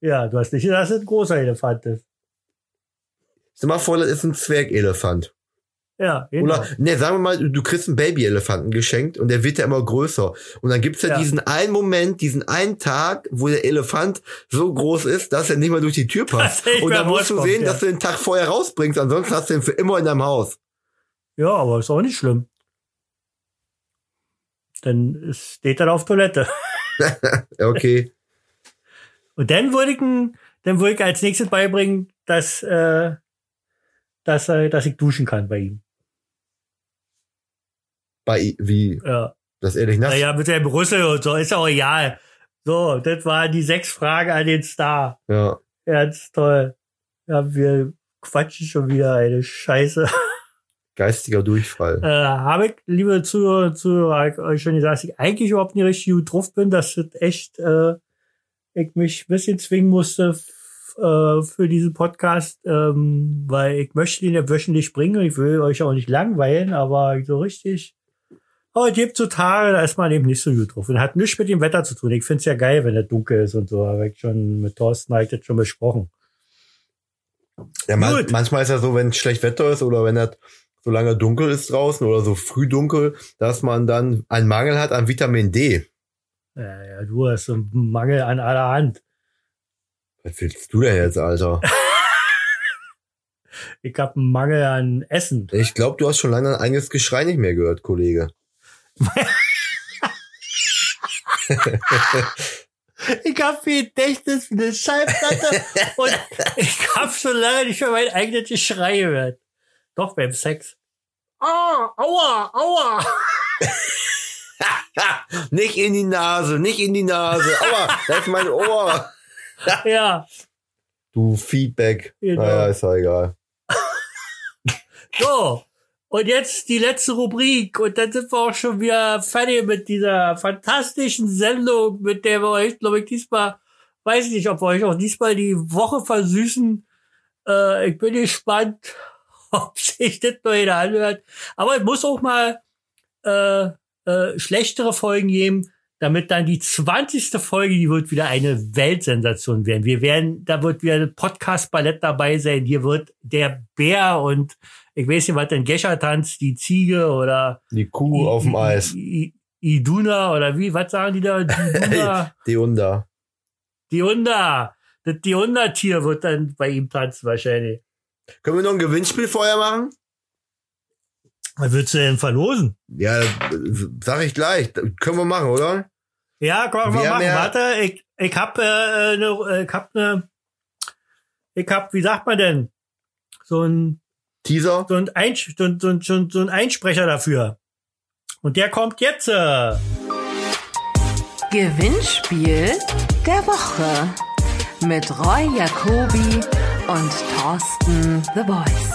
D: Ja, du hast nicht gesagt, dass es ein großer Elefant ist.
E: Stell mal vor, das ist ein Zwergelefant.
D: Ja, genau.
E: Oder, ne, sagen wir mal, du- du kriegst einen Babyelefanten geschenkt und der wird ja immer größer. Und dann gibt's ja,
D: Ja.
E: diesen einen Moment, diesen einen Tag, wo der Elefant so groß ist, dass er nicht mal durch die
D: *laughs*
E: Tür passt.
D: Dass er nicht
E: Und
D: mehr
E: dann musst du
D: rauskommt,
E: sehen,
D: ja.
E: dass du den Tag vorher rausbringst, ansonsten hast du ihn für immer in deinem Haus.
D: Ja, aber ist auch nicht schlimm. Dann ist- steht er auf Toilette. *laughs*
E: Ja, Okay.
D: Und dann würde ich, ihn- dann würde ich als nächstes beibringen, dass, äh, dass, er, dass ich duschen kann bei ihm.
E: Bei, i- wie,
D: Ja.
E: das ehrlich nass.
D: Naja, mit der Brüssel und so, ist auch egal. So, das waren die sechs Fragen an den Star.
E: Ja.
D: Ganz toll. Ja, wir quatschen schon wieder eine Scheiße.
E: Geistiger Durchfall.
D: Äh, habe ich, liebe Zuhörer und Zuhörer, hab ich euch schon gesagt, dass ich eigentlich überhaupt nicht richtig gut drauf bin, dass das echt, äh, ich mich ein bisschen zwingen musste f- äh, für diesen Podcast, ähm, weil ich möchte ihn ja wöchentlich bringen und ich will euch auch nicht langweilen, aber so richtig. Aber es gibt so Tage, da ist man eben nicht so gut drauf. Und hat nichts mit dem Wetter zu tun. Ich finde es ja geil, wenn es dunkel ist und so. Habe ich schon mit Thorsten hab ich das schon besprochen.
E: Ja, man,
D: Gut.
E: manchmal ist das so, wenn schlecht Wetter ist oder wenn das so lange dunkel ist draußen oder so früh dunkel, dass man dann einen Mangel hat an Vitamin D.
D: Ja, ja, du hast so einen Mangel an aller Hand.
E: Was willst du denn jetzt, *laughs* Alter?
D: Ich habe einen Mangel an Essen.
E: Ich glaube, du hast schon lange ein eigenes Geschrei nicht mehr gehört, Kollege.
D: Ich hab viel Gedächtnis für eine Schallplatte und ich hab schon lange nicht mehr mein eigenes Geschrei gehört. Doch beim Sex. Ah, aua, aua.
E: Nicht in die Nase, nicht in die Nase. Aua, das ist mein Ohr.
D: Ja,
E: Du Feedback.
D: Genau.
E: Naja, ist ja egal.
D: so. Und jetzt die letzte Rubrik. Und dann sind wir auch schon wieder fertig mit dieser fantastischen Sendung, mit der wir euch, glaube ich, diesmal, weiß nicht, ob wir euch auch diesmal die Woche versüßen. Äh, ich bin gespannt, *laughs* ob sich das mal jeder anhört. Aber es muss auch mal äh, äh, schlechtere Folgen geben, damit dann die 20. Folge, die wird wieder eine Weltsensation werden. Wir werden, da wird wieder ein Podcast-Ballett dabei sein. Hier wird der Bär und ich weiß nicht, was denn Gescher tanzt, die Ziege oder
E: Die Kuh auf dem Eis.
D: I, I, Iduna oder wie, was sagen die da?
E: *laughs*
D: Iduna.
E: Die Unda.
D: Die Hunda. Das die Hundertier wird dann bei ihm tanzen wahrscheinlich.
E: Können wir noch ein Gewinnspiel vorher machen?
D: Was würdest du denn verlosen?
E: Ja, das sag ich gleich. Das Können wir machen, oder?
D: Ja, komm, wir
E: Wir haben
D: machen.
E: ja-
D: Warte, ich, ich hab äh, äh, ne, ich hab ne, ich hab, wie sagt man denn? So ein,
E: Teaser?
D: so ein, Einsch so ein, so ein, so ein, so ein Einsprecher dafür. Und der kommt jetzt. Äh.
C: Gewinnspiel der Woche mit Roy Jacobi und Thorsten The Voice.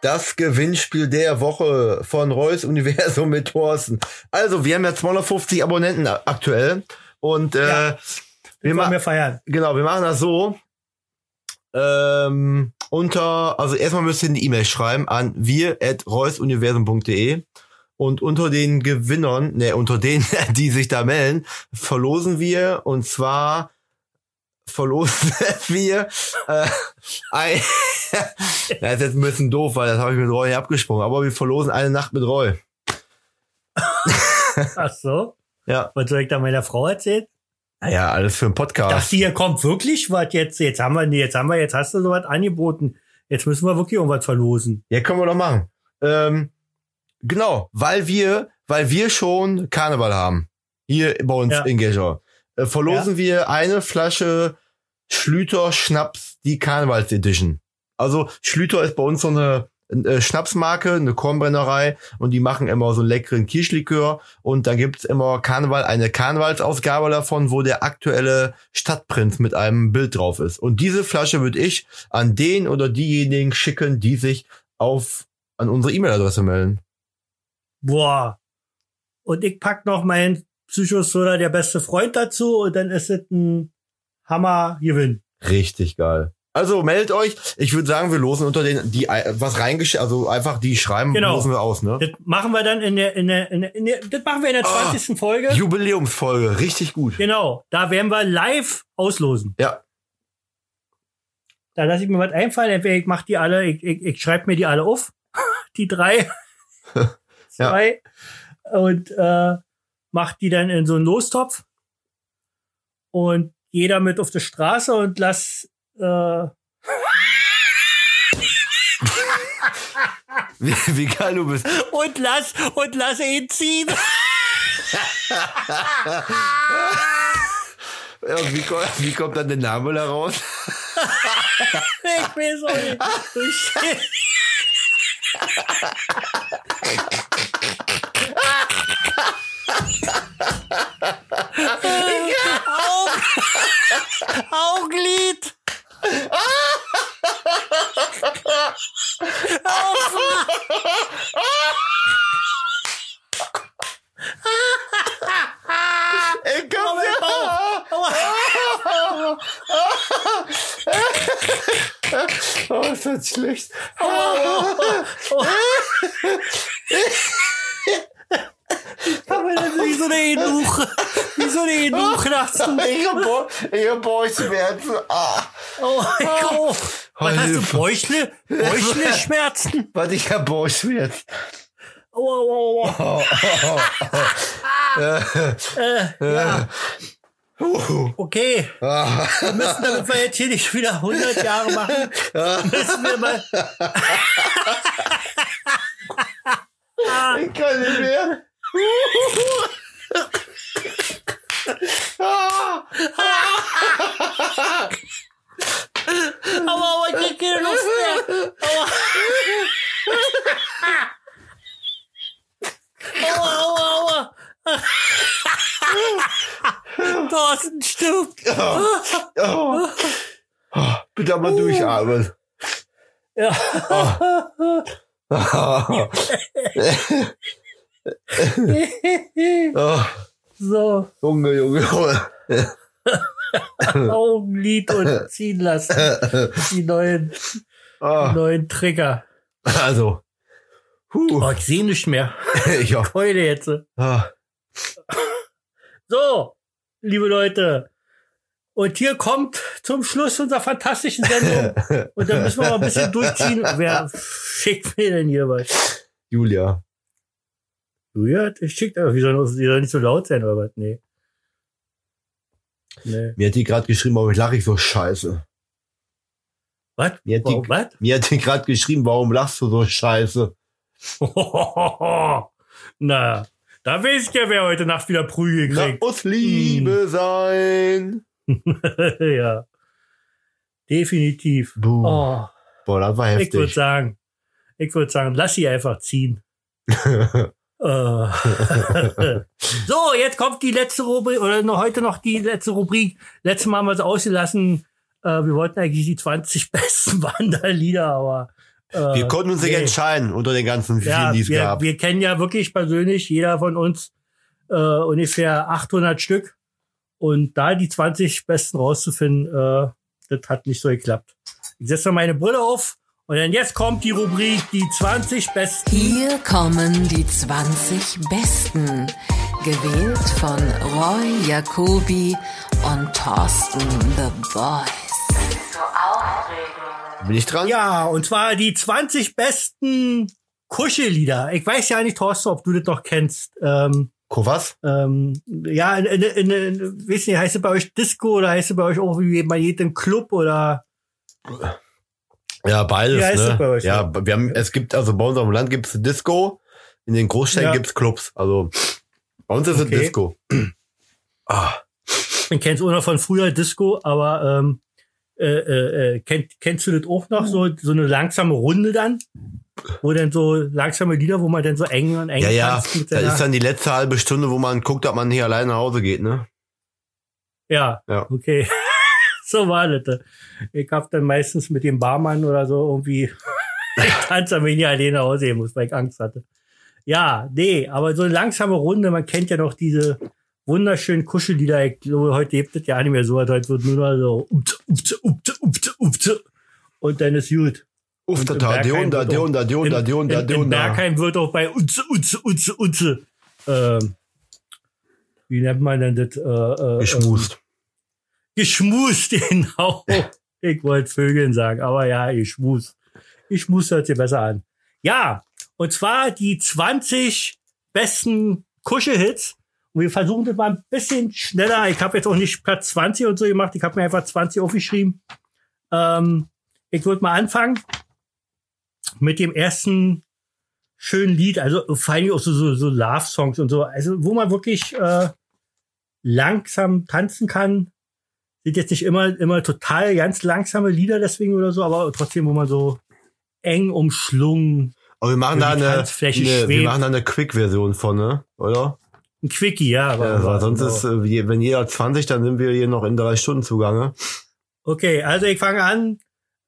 E: Das Gewinnspiel der Woche von Reus Universum mit Thorsten. Also, wir haben ja 250 Abonnenten a- aktuell. Und äh,
D: Ja.
E: wir,
D: Wollen
E: ma
D: wir feiern.
E: genau, wir machen das so. Ähm, unter, also erstmal müsst ihr eine E-Mail schreiben an wir.reusuniversum.de und unter den Gewinnern, ne, unter denen, *laughs* die sich da melden, verlosen wir und zwar verlosen *laughs* wir äh, ein, *laughs* das ist jetzt ein bisschen doof, weil das habe ich mit Roy hier abgesprochen, aber wir verlosen eine Nacht mit Roy.
D: Ach so.
E: Ja,
D: Was soll ich da meiner Frau erzählen?
E: ja, alles für einen Podcast.
D: dachte, hier kommt wirklich was jetzt. Jetzt haben wir, nee, jetzt haben wir, jetzt hast du sowas angeboten. Jetzt müssen wir wirklich irgendwas verlosen.
E: Ja, können wir doch machen. Ähm, genau, weil wir, weil wir schon Karneval haben. Hier bei uns
D: Ja.
E: in Gescher. Äh, verlosen wir eine Flasche Schlüter Schnaps, die Karnevals Edition. Also Schlüter ist bei uns so eine äh, Schnapsmarke, eine Kornbrennerei und die machen immer so einen leckeren Kirschlikör und da gibt's immer Karneval, eine Karnevalsausgabe davon, wo der aktuelle Stadtprinz mit einem Bild drauf ist. Und diese Flasche würde ich an den oder diejenigen schicken, die sich auf an unsere E-Mail-Adresse melden.
D: Boah. Und ich pack noch meinen Psychosoda, der beste Freund dazu, und dann ist es ein Hammergewinn.
E: Richtig geil. Also meldet euch. Ich würde sagen, wir losen unter den, die äh, was reingeschickt, also einfach die schreiben,
D: Genau.
E: losen wir aus, ne?
D: Das machen wir dann in der, in der, in der, in der das machen wir in der
E: Ah.
D: 20. Folge.
E: Jubiläumsfolge, richtig gut.
D: Genau. Da werden wir live auslosen.
E: Ja. *laughs*
D: Da lasse ich mir was einfallen. Entweder ich mach die alle, ich, ich, ich schreibe mir die alle auf. *laughs* Die drei. zwei. Und äh, mach die dann in so einen Lostopf. Und jeder mit auf die Straße und lass äh,
E: Wie, wie geil du bist.
D: und lass und lass ihn ziehen.
E: Ja, wie, ko- wie kommt dann der Name da raus?
D: Ich weiß *laughs* auch nicht. Du Schiss. Aug, Auglied.
E: Ey, *laughs* komm, ja. *laughs* Oh, ist das *laughs* schlecht.
D: Kann man das wie so eine Enuche. Wie so eine Enuche nachts.
E: Ich hab, Bau- ich hab Bauchschmerzen. Ah.
D: Oh, ich auch. Was hast du?
E: Hilfe.
D: Bäuchle? Bäuchleschmerzen?
E: Warte, ich hab Bauchschmerzen.
D: Au, au, au, au.
E: Uh.
D: Okay. Wir müssen, damit wir jetzt hier nicht wieder 100 Jahre machen, müssen wir mal,
E: Ich kann nicht mehr.
D: Aua, aua, ich krieg keine Luft mehr. Aua. Aua, aua, aua. Thorsten stirbt.
E: Oh. Oh. Bitte mal durchatmen. Ah.
D: Ja.
E: oh,
D: so,
E: Junge, Junge, Junge.
D: Augenlid und ziehen lassen. Die neuen,
E: Ah,
D: neuen Trigger.
E: also. Huh.
D: Oh, ich sehe nicht mehr.
E: Ich hoffe.
D: Heute jetzt.
E: Ah,
D: So, liebe Leute. Und hier kommt zum Schluss unserer fantastischen Sendung. Und da müssen wir mal ein bisschen durchziehen. Wer schickt mir denn hier was?
E: Julia.
D: Julia, ich schickt einfach. Wie soll, die soll nicht so laut sein oder was? Nee. Nee.
E: Mir hat die gerade geschrieben, warum lache ich so scheiße.
D: Was?
E: Mir hat die,
D: Wow, Was? *laughs*
E: mir hat die gerade geschrieben, warum lachst du so scheiße?
D: Na, da weiß ich ja, wer heute Nacht wieder Prügel
E: Lass
D: kriegt. *laughs*
E: uns Liebe
D: Hm.
E: sein.
D: ja. Definitiv. Oh,
E: Boah, Boah, das war
D: ich würde
E: heftig.
D: sagen, ich würde sagen, lass sie einfach
E: *laughs*
D: ziehen. *laughs* Äh. so, jetzt kommt die letzte Rubrik, oder noch heute noch die letzte Rubrik. Letztes Mal haben wir es ausgelassen. Äh, wir wollten eigentlich die 20 besten *laughs* Wanderlieder, aber. Äh,
E: Wir konnten uns nicht
D: nee.
E: entscheiden unter den ganzen vielen,
D: ja,
E: die es
D: wir,
E: gab.
D: wir kennen ja wirklich persönlich jeder von uns äh, ungefähr 800 Stück. Und da die 20 besten rauszufinden, äh, das hat nicht so geklappt. Ich setze mal meine Brille auf und dann jetzt kommt die Rubrik die 20 besten.
C: Hier kommen die 20 Besten. Gewählt von Roy Jacobi und Thorsten The Voice.
E: Bin ich dran?
D: Ja, und zwar die 20 besten Kuschellieder. Ich weiß ja nicht, Thorsten, ob du das noch kennst. Ähm,
E: Ko was?
D: ähm, ja, in, in, in, in, weiß nicht, heißt es bei euch Disco oder heißt es bei euch auch wie man geht im Club oder
E: Ja, beides.
D: Wie heißt
E: ne?
D: das bei euch?
E: ja, wir haben, es gibt, also bei uns auf dem Land gibt's Disco, in den Großstädten
D: Ja.
E: gibt's Clubs. Also bei uns ist
D: Okay.
E: es Disco. Ah,
D: Man kennt es auch noch von früher Disco, aber ähm, äh, äh, äh, kennt, kennst du das auch noch? So, so eine langsame Runde dann? Wo dann so langsame Lieder, wo man dann so eng und eng
E: ja, ja.
D: tanzt mit
E: Da
D: seiner-
E: ist dann die letzte halbe Stunde, wo man guckt, ob man nicht alleine nach Hause geht, ne?
D: ja,
E: Ja.
D: okay. *laughs* so war das. da. Ich hab dann meistens mit dem Barmann oder so
E: *laughs*
D: irgendwie Tanz am Ende alleine aussehen muss, weil ich Angst hatte. Ja, nee, aber so eine langsame Runde, man kennt ja noch diese wunderschönen Kuschellieder. Ich glaube, heute gibt es ja nicht mehr so, was, heute wird nur noch so upte, upte, upte, upte, upte. und dann ist gut.
E: Uff,
D: Und
E: da,
D: im
E: da,
D: Bergheim
E: Dion, da,
D: wird
E: Dion, da, Dion, da,
D: Im-
E: Dion, da,
D: im- Im
E: Dion, da.
D: Bergheim wird auch bei Unze, Unze, Unze, Unze. Ähm, wie nennt man denn das? Äh, äh,
E: Geschmust.
D: Geschmust, *laughs* genau. Ich wollte Vögeln sagen, aber ja, Geschmust. Geschmust hört sich besser an. Ja, und zwar die 20 besten Kuschelhits. Und wir versuchen das mal ein bisschen schneller. Ich habe jetzt auch nicht Platz 20 und so gemacht. Ich habe mir einfach 20 aufgeschrieben. Ähm, ich würde mal anfangen mit dem ersten schönen Lied. Also vor allem auch so, so, so Love-Songs und so. Also wo man wirklich äh, langsam tanzen kann sind jetzt nicht immer, immer total ganz langsame Lieder deswegen oder so, aber trotzdem, wo man so eng umschlungen,
E: Aber wir machen da
D: Wenn die
E: eine,
D: Tanzfläche
E: eine wir
D: schwebt.
E: machen da eine Quick-Version von, ne? Oder?
D: ein Quickie, ja. Aber,
E: Ja, aber sonst
D: aber-
E: ist, äh, je- wenn jeder 20, dann sind wir hier noch in drei Stunden ne? zugange.
D: Okay, also ich fange an.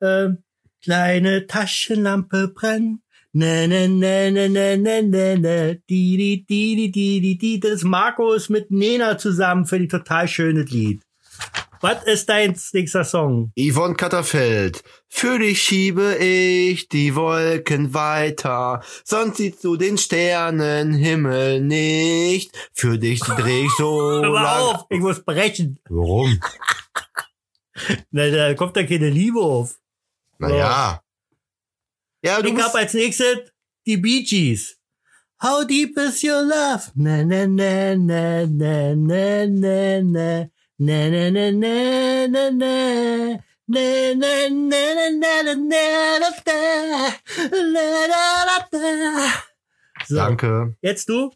D: Ähm, kleine Taschenlampe brennt. Ne, ne, ne, ne, ne, ne, ne, ne. Di, di, di, di, di, di, di. Das ist Markus mit Nena zusammen für die total schöne Lied. Was ist dein nächster Song?
E: Yvonne Katterfeld, für dich schiebe ich die Wolken weiter, sonst siehst du den Sternenhimmel nicht, für dich dreh ich
D: *laughs*
E: so
D: Hör mal
E: lang.
D: auf, ich muss brechen.
E: Warum?
D: Na, da kommt da keine Liebe auf.
E: Naja. Ja, du
D: Ich
E: bist,
D: habe als nächstes die Bee Gees. How deep is your love? Na na na na na na na na na na na na na na na na na na na na na na na na na So,
E: danke.
D: jetzt du?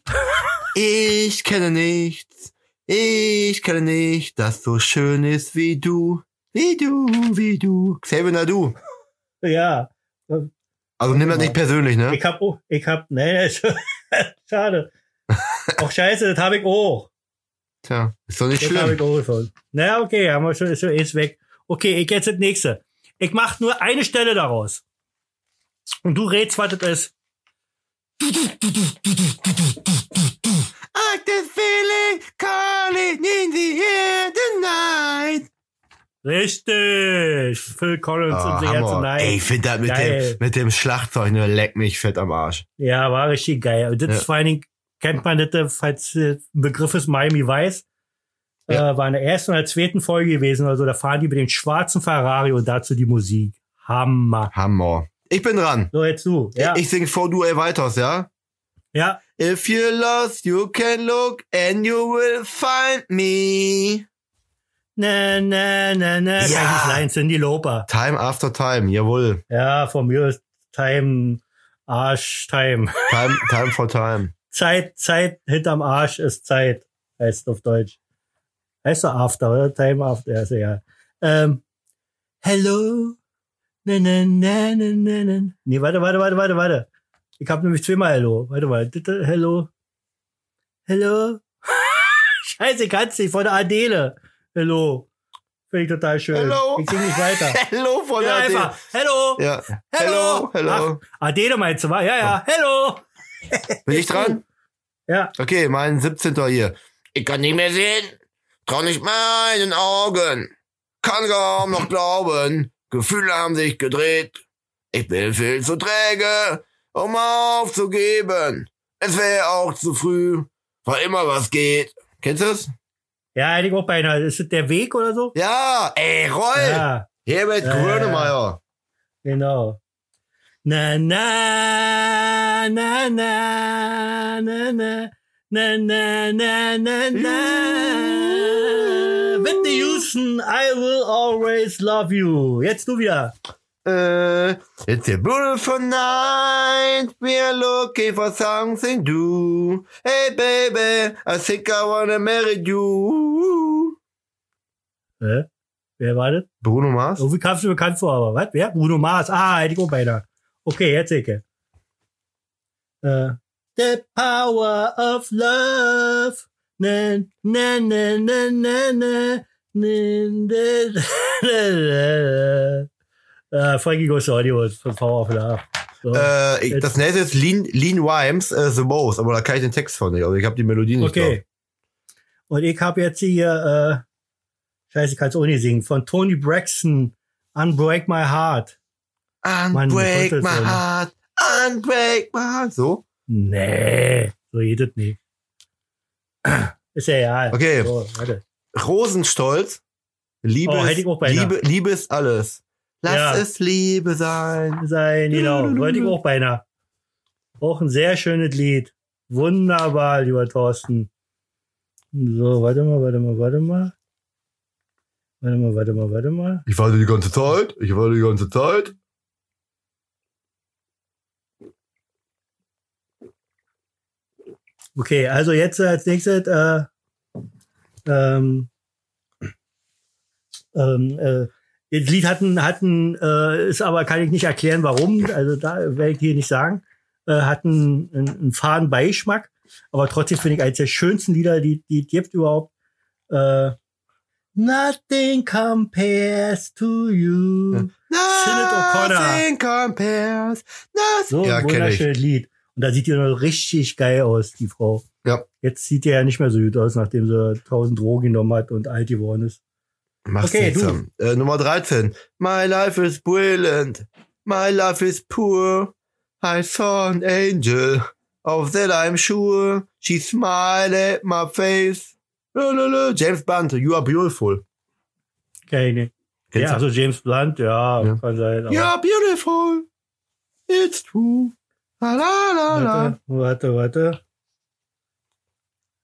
E: Ich kenne nichts, ich kenne nicht, das so schön ist wie du, wie du, wie du. Xavier Nadu.
D: Ja.
E: Also nimm das nicht persönlich, ne?
D: Ich hab, oh, ich hab, nee, schade. Ach scheiße, das habe ich auch.
E: Tja, ist doch nicht
D: Das habe
E: schlimm.
D: ich auch schon. Na, okay, haben wir schon, ist schon ist weg. Okay, ich jetzt das nächste. Ich mach nur eine Stelle daraus. Und du rätst, was das ist.
E: I can feel it calling in the air tonight.
D: Richtig. Phil Collins
E: Ah,
D: und The Air
E: Hammer.
D: Tonight.
E: Ey, ich find das mit
D: Geil.
E: dem, mit dem Schlagzeug, ne, leck mich fett am Arsch.
D: Ja, war richtig geil. Und das
E: Ja.
D: ist vor allen Dingen, kennt man das, äh, falls äh, ein Begriff ist, Miami Weiß.
E: Ja.
D: Äh, war in der ersten oder zweiten Folge gewesen. Also da fahren die mit dem schwarzen Ferrari und dazu die Musik. Hammer.
E: Hammer. Ich bin dran.
D: So, jetzt du. Ja.
E: Ich sing vor, du erweiterst, ja?
D: ja.
E: If you're lost, you can look and you will find me.
D: Na, na, na, na.
E: Ja.
D: Frankie Klein, Cindy Loper.
E: Time after time, jawohl.
D: Ja, von mir ist Time, Arsch, Time. *laughs*
E: Time, time for time.
D: Zeit, Zeit hinterm Arsch ist Zeit, heißt auf Deutsch. Heißt so After, oder? Time After, ja, ist egal. Ähm, hello. Ne, Na, na, na, na, na, na. ne, Nee, warte, warte, warte, warte, warte. Ich habe nämlich zweimal Hello. Warte mal. Dit- dit- Hello. Hello. *laughs* Scheiße, ich kann's nicht. Von der Adele. Hello. Finde ich total schön.
E: Hello.
D: Ich sing nicht weiter.
E: Hello *laughs* von
D: Ja,
E: der
D: einfach. Hello.
E: D- Ja.
D: Hello.
E: Hello, hello. Ah.
D: Ach, Adele meinst du, wa? Ja, ja. Hello.
E: Bin ich dran?
D: Ja.
E: Okay, mein 17. hier. Ich kann nicht mehr sehen. Trau nicht meinen Augen. Kann kaum noch glauben. Gefühle haben sich gedreht. Ich bin viel zu träge, um aufzugeben. Es wäre auch zu früh, weil immer was geht. Kennst du es?
D: Ja, hätte ich auch beinahe. Ist das der Weg oder so?
E: Ja, ey, Roll!
D: Ja,
E: Herbert
D: Ja,
E: Grönemeyer.
D: genau. Na, na, na, na, na, na, na, na, na, na, na. Whitney Houston, I will always love you. Jetzt du wieder.
E: Äh, it's a beautiful night. We are looking for something to. do. Hey baby, I think I wanna marry you.
D: Hä? Wer war das?
E: Bruno Mars?
D: Irgendwie Also, kamst du bekannt vor, aber was? Wer? Bruno Mars. Ah, hätte ich auch beinahe. Okay, jetzt Ecke. Äh, The power of love. Ne, Na, na, na, na, na, na. Na, na, na, na. ne, Äh, Frankie Goes to Hollywood von Power of Love. So.
E: Äh, ich, das nächste ist Lean, Lean Rhymes, äh, The Most, aber da kann ich den Text von nicht. Also ich habe die Melodie nicht.
D: okay. Und ich habe jetzt hier, äh, scheiße, ich kann es auch nicht singen, von Tony Braxton, Unbreak My Heart.
E: Drauf.
D: Mann, wie
E: Unbreak
D: konnte es
E: my
D: denn?
E: heart, unbreak my heart. So?
D: Nee, so geht das nicht. *clears throat* Ist ja egal.
E: Okay.
D: So, warte.
E: Rosenstolz. Liebe,
D: Oh, hätte
E: ist,
D: ich auch beinahe.
E: Liebe, Liebe ist alles. Lass
D: Ja.
E: es Liebe sein.
D: Sein, genau. Wollte ich auch beinahe. Auch ein sehr schönes Lied. Wunderbar, lieber Thorsten. So, warte mal, warte mal, warte mal. Warte mal, warte mal, warte mal.
E: Ich warte die ganze Zeit. Ich warte die ganze Zeit.
D: Okay, also jetzt äh, als nächstes äh, ähm, ähm, äh, das Lied hatten hatten äh, ist aber kann ich nicht erklären warum, also da werde ich hier nicht sagen, äh, hatten einen, einen faden Beigeschmack, aber trotzdem finde ich eines der schönsten Lieder, die die es gibt überhaupt. Äh, Nothing compares to you. Sinead O'Connor.
E: Nothing Ah, compares. Nothing.
D: So
E: ja,
D: ein
E: kenne ich.
D: wunderschönes Lied. Und da sieht die noch richtig geil aus, die Frau.
E: Ja.
D: Jetzt sieht die ja nicht mehr so gut aus, nachdem sie tausend Drogen genommen hat und alt geworden ist.
E: Mach's
D: Okay,
E: nichts
D: du.
E: an. Äh, Nummer 13. My life is brilliant. My life is poor. I saw an angel. Of that I'm sure. She smiled at my face. Lalalala. James Bond, you are beautiful.
D: Keine.
E: Kennst
D: Ja,
E: du?
D: also James Blunt, ja,
E: Ja.
D: kann sein. aber-
E: You are beautiful. It's true. La la la la.
D: Warte, warte, warte.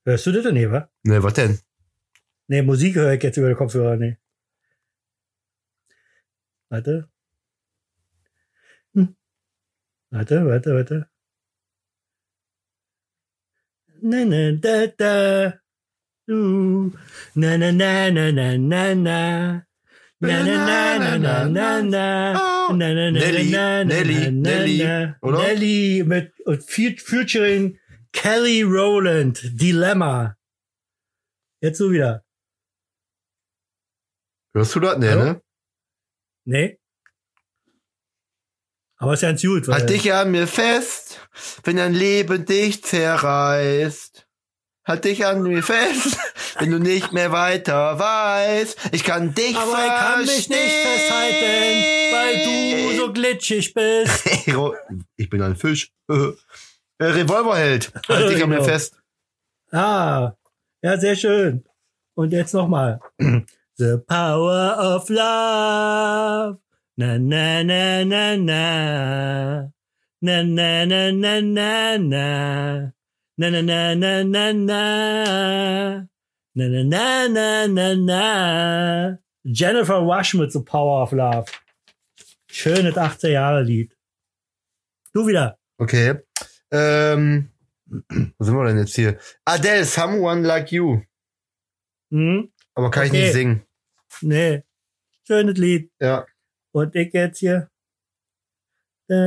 D: Hörst du das denn hier, wa?
E: Ne, was denn?
D: Nee, Musik höre ich jetzt über den Kopfhörer, nee. Warte. Hm. Warte, warte, warte. Na, na, da, da. Du. Na, na, na, na, na, na, na. Na, na, na, na, na, na, na.
E: Oh.
D: Na, na, na,
E: Nelly,
D: na, na,
E: Nelly,
D: na, na,
E: Nelly,
D: na.
E: oder?
D: Nelly mit und fe- featuring Kelly Rowland, Dilemma. Jetzt so wieder.
E: Hörst du das? Ne,
D: Hallo?
E: ne?
D: Nee? Aber ist ja ganz gut.
E: Halt dich an mir fest, wenn dein Leben dich zerreißt. Halt dich an mir fest, *laughs* wenn du nicht mehr weiter weißt. Ich kann dich
D: aber ich kann mich nicht festhalten, weil du
E: *laughs*
D: so glitschig bist.
E: so... Ich bin ein Fisch. *laughs*
D: *laughs*
E: Äh, Revolverheld. Halt dich an mir
D: Genau.
E: fest.
D: Ah, ja, sehr schön. Und jetzt nochmal. *clears throat* The power of love. Na, na, na, na, na. Na, na, na, na, na, na. Na, na, na, na, na, na. Na, na, na, na, na, na. Jennifer Rush mit The Power of Love. Schönes 18-Jahre-Lied. Du wieder.
E: Okay. Ähm, *clears throat* wo sind wir denn jetzt hier? Adele, Someone Like You.
D: Hm?
E: Aber kann ich nicht
D: Okay.
E: singen.
D: Nee. Schönes Lied.
E: Ja. *laughs*
D: Und ich jetzt hier.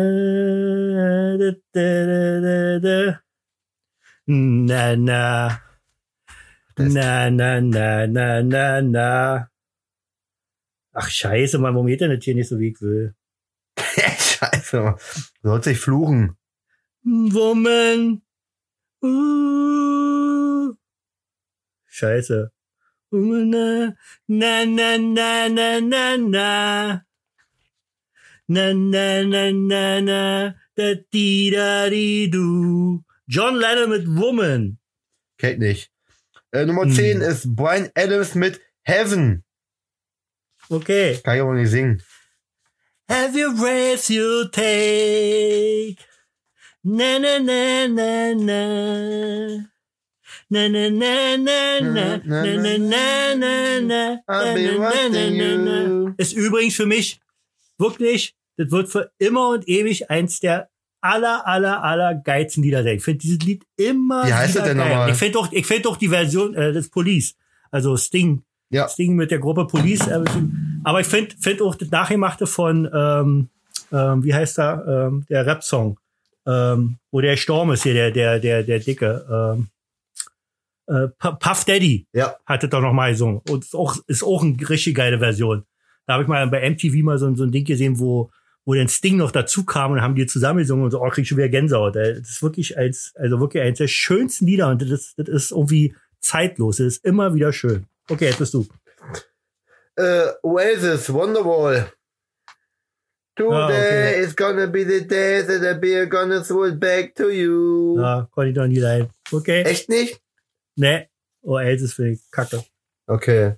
D: Da, da, da, da, da, da. Na, na. Na, na, na, na, na, na. Ach, scheiße, Mann, warum geht denn das hier nicht so, wie ich will?
E: Scheiße. Mann. Du sollst nicht fluchen.
D: Woman. Uh. Scheiße. ne, Woman, Na, na, na, na, na, na. Na, na, na, na, na. ne, Da, di, da, di, du. John Lennon mit Woman.
E: Kennt nicht. Äh,
D: Hm.
E: Nummer 10 ist Brian Adams mit Heaven.
D: Okay.
E: Kann ich aber nicht singen.
D: Have you race you take? Na na na na na. Na na na na na na na na na na
E: I've been
D: na, na, na,
E: watching
D: na, na.
E: you.
D: Ist übrigens für mich wirklich, das wird für immer und ewig eins der aller aller aller geilsten Lieder sein. Ich finde dieses Lied immer
E: Wie heißt
D: wieder
E: das denn
D: geil.
E: nochmal?
D: Ich finde doch, ich finde doch die Version äh, des Police, also Sting.
E: Ja.
D: Das Ding mit der Gruppe Police. äh, Aber ich finde find auch das Nachgemachte von, ähm, ähm, wie heißt da, ähm, der Rap-Song, ähm, wo der Storm ist hier, der, der, der, der Dicke. Ähm, äh, Pu- Puff Daddy
E: Ja.
D: hat das doch nochmal gesungen. Und ist auch, ist auch eine richtig geile Version. Da habe ich mal bei MTV mal so, ein- so ein Ding gesehen, wo, wo dann Sting noch dazu kam und haben die zusammen gesungen und so, oh, krieg ich schon wieder Gänsehaut. ey. Das ist wirklich eins, also wirklich eins der schönsten Lieder und das, ist- das ist irgendwie zeitlos. Das ist immer wieder schön. Okay, jetzt bist du.
E: Äh, Oasis, Wonderwall. Today
D: Ah, okay.
E: is gonna be the day that the beer gonna throw it back to you.
D: Ja, konnte ich doch nie leiden. Okay.
E: Echt nicht?
D: Nee. Oh, Els ist für die Kacke.
E: Okay.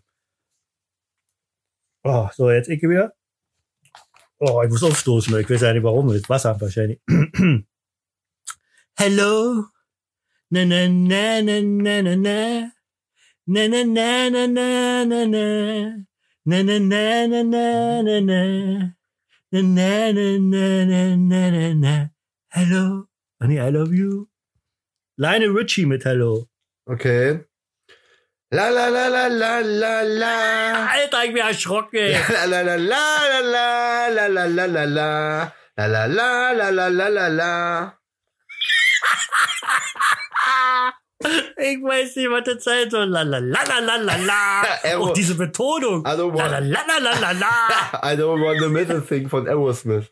D: Oh, so, jetzt ich wieder. Oh, ich muss aufstoßen. Ich weiß ja nicht warum. Das Wasser wahrscheinlich. *clears throat* Hello. Na, na, na, na, na, na, na. Na, na, na, na, na, na, na. Na, na, na, na, na, na, na. Na, na, na, na, na, na, na, na. Hello. Honey, I love you. Lionel Richie mit Hello.
E: Okay. La la la la la la la.
D: Alter, ich bin erschrocken.
E: La
D: *laughs* ey.
E: *laughs* la la la la la la la la la la la la la la la la la. *laughs*
D: Ich weiß nicht, was das sein soll. La la la la la la la.
E: Aero-
D: Auch diese Betonung. La
E: Also,
D: la la la la la la.
E: I don't want to miss a thing von Aerosmith.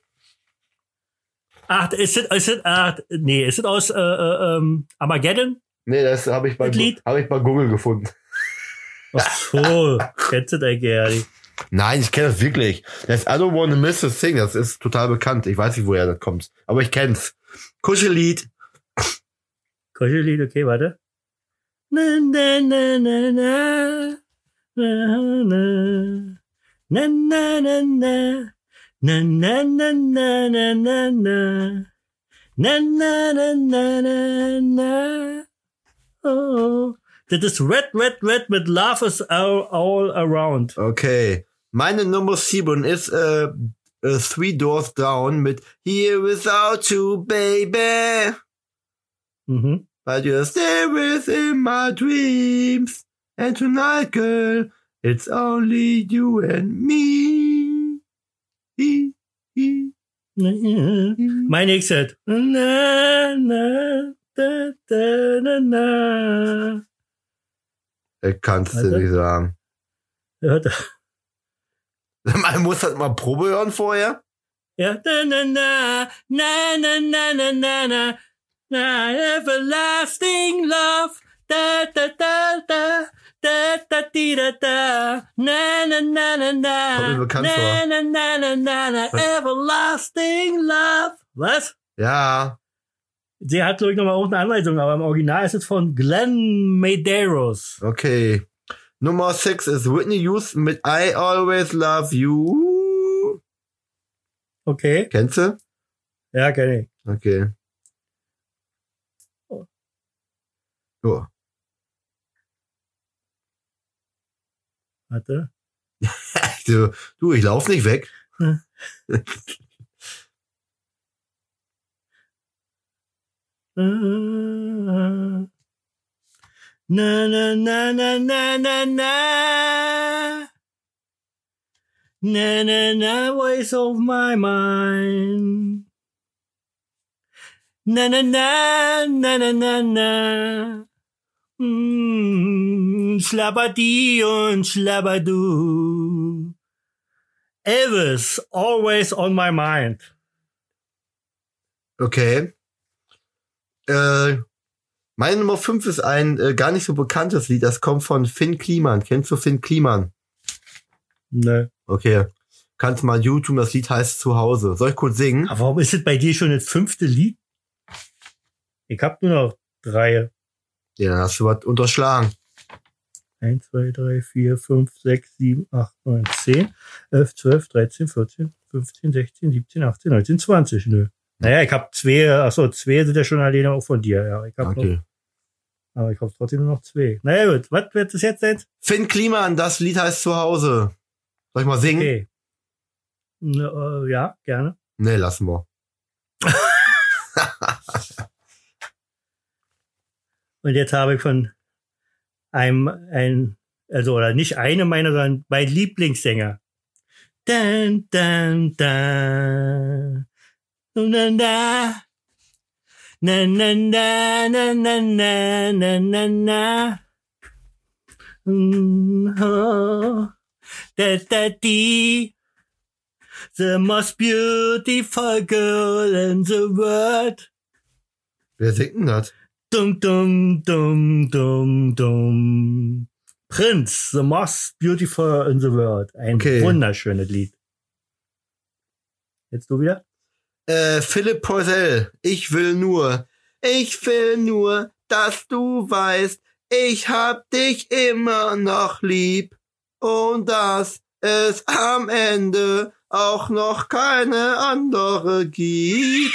D: Ach, ist das, ist das, ach, nee, ist das aus äh, äh, ähm, Armageddon?
E: Nee, das habe ich, bei
D: Das Lied?
E: Gu- hab ich bei Google gefunden.
D: Ach so, kennst du das eigentlich gar nicht.
E: Nein, ich kenne das wirklich. Das I don't wanna miss a thing, das ist total bekannt. Ich weiß nicht, woher das kommt. Aber ich kenn's. Kuschellied.
D: Kuschellied, okay, warte. Na, na, na, na, na. Na, na. Na, na, na, na. Na, na, na, na, na, na, na. Na, na, na, na, na, na. Oh. Das ist Red, Red, Red mit Love is all, all around.
E: Okay. Meine Nummer 7 ist äh, äh, Three Doors Down mit Here Without You, Baby.
D: Mhm.
E: But you're still within my dreams. And tonight, girl, it's only you and me. Hi, hi, hi.
D: Mein Exit. Na, na, da, da, na, na.
E: Ich kann's dir
D: Warte.
E: Äh, nicht sagen.
D: Hört
E: *laughs* Man muss halt mal Probe hören vorher.
D: Ja. Na, na, na, na, na, na, na, na, na, na, everlasting love. Da, da, da, da. Da, da, di, da, da. Na, na, na, na, na.
E: Kommt mir bekannt
D: na,
E: vor.
D: Na, na, na, na, na,
E: Was?
D: everlasting love. Was?
E: Ja,
D: Sie hat, glaube ich, nochmal irgendeine Anleitung, aber im Original ist es von Glenn Medeiros.
E: okay. Nummer 6 ist Whitney Houston mit I Always Love You.
D: Okay.
E: Kennst du?
D: Ja, kenne ich.
E: Okay.
D: Oh.
E: Oh. *laughs*
D: Warte.
E: Du, du, ich lauf nicht weg.
D: Na, na, na, na, na, na, na. Na, na, na, voice of my mind. Na, na, na, na, na, na, na. Mm, Schlabberdi und Schlabberdu. Elvis, always on my mind.
E: Okay. Äh, meine Nummer 5 ist ein äh, gar nicht so bekanntes Lied. Das kommt von Finn Kliman. Kennst du Finn Kliman?
D: Ne.
E: Okay. Kannst mal YouTube, das Lied heißt Zuhause. Soll ich kurz singen?
D: Aber warum ist es bei dir schon das fünfte Lied? Ich habe nur noch drei.
E: Ja, dann hast du was unterschlagen.
D: Eins, zwei, drei, vier, fünf, sechs, sieben, acht, neun, zehn, elf, zwölf, dreizehn, vierzehn, fünfzehn, sechzehn, siebzehn, achtzehn, neunzehn, zwanzig. Nö. Naja, ich habe zwei, achso, zwei sind ja schon alleine auch von dir. Ja, ich hab noch,
E: Danke.
D: aber ich habe trotzdem nur noch zwei. Naja, gut, was wird das jetzt sein?
E: Finn Kliman, das Lied heißt Zuhause. Soll ich mal singen?
D: Okay. Na, äh, ja, gerne.
E: Nee, lassen wir.
D: Und jetzt habe ich von einem, ein, also oder nicht eine meiner, sondern mein Lieblingssänger. Dun, dun, dun. Dun, dun, da. Na, na, na, na, na, na, na, na, na. Mm, oh. Da, da, di. The most beautiful girl in the world.
E: Wer singt denn das?
D: Dum, dum, dum, dum, dum. Prince, the most beautiful in the world. Ein
E: Okay.
D: wunderschönes Lied. Jetzt du wieder?
E: Äh, Philipp Poisel, ich will nur, ich will nur, dass du weißt, ich hab dich immer noch lieb und dass es am Ende auch noch keine andere gibt.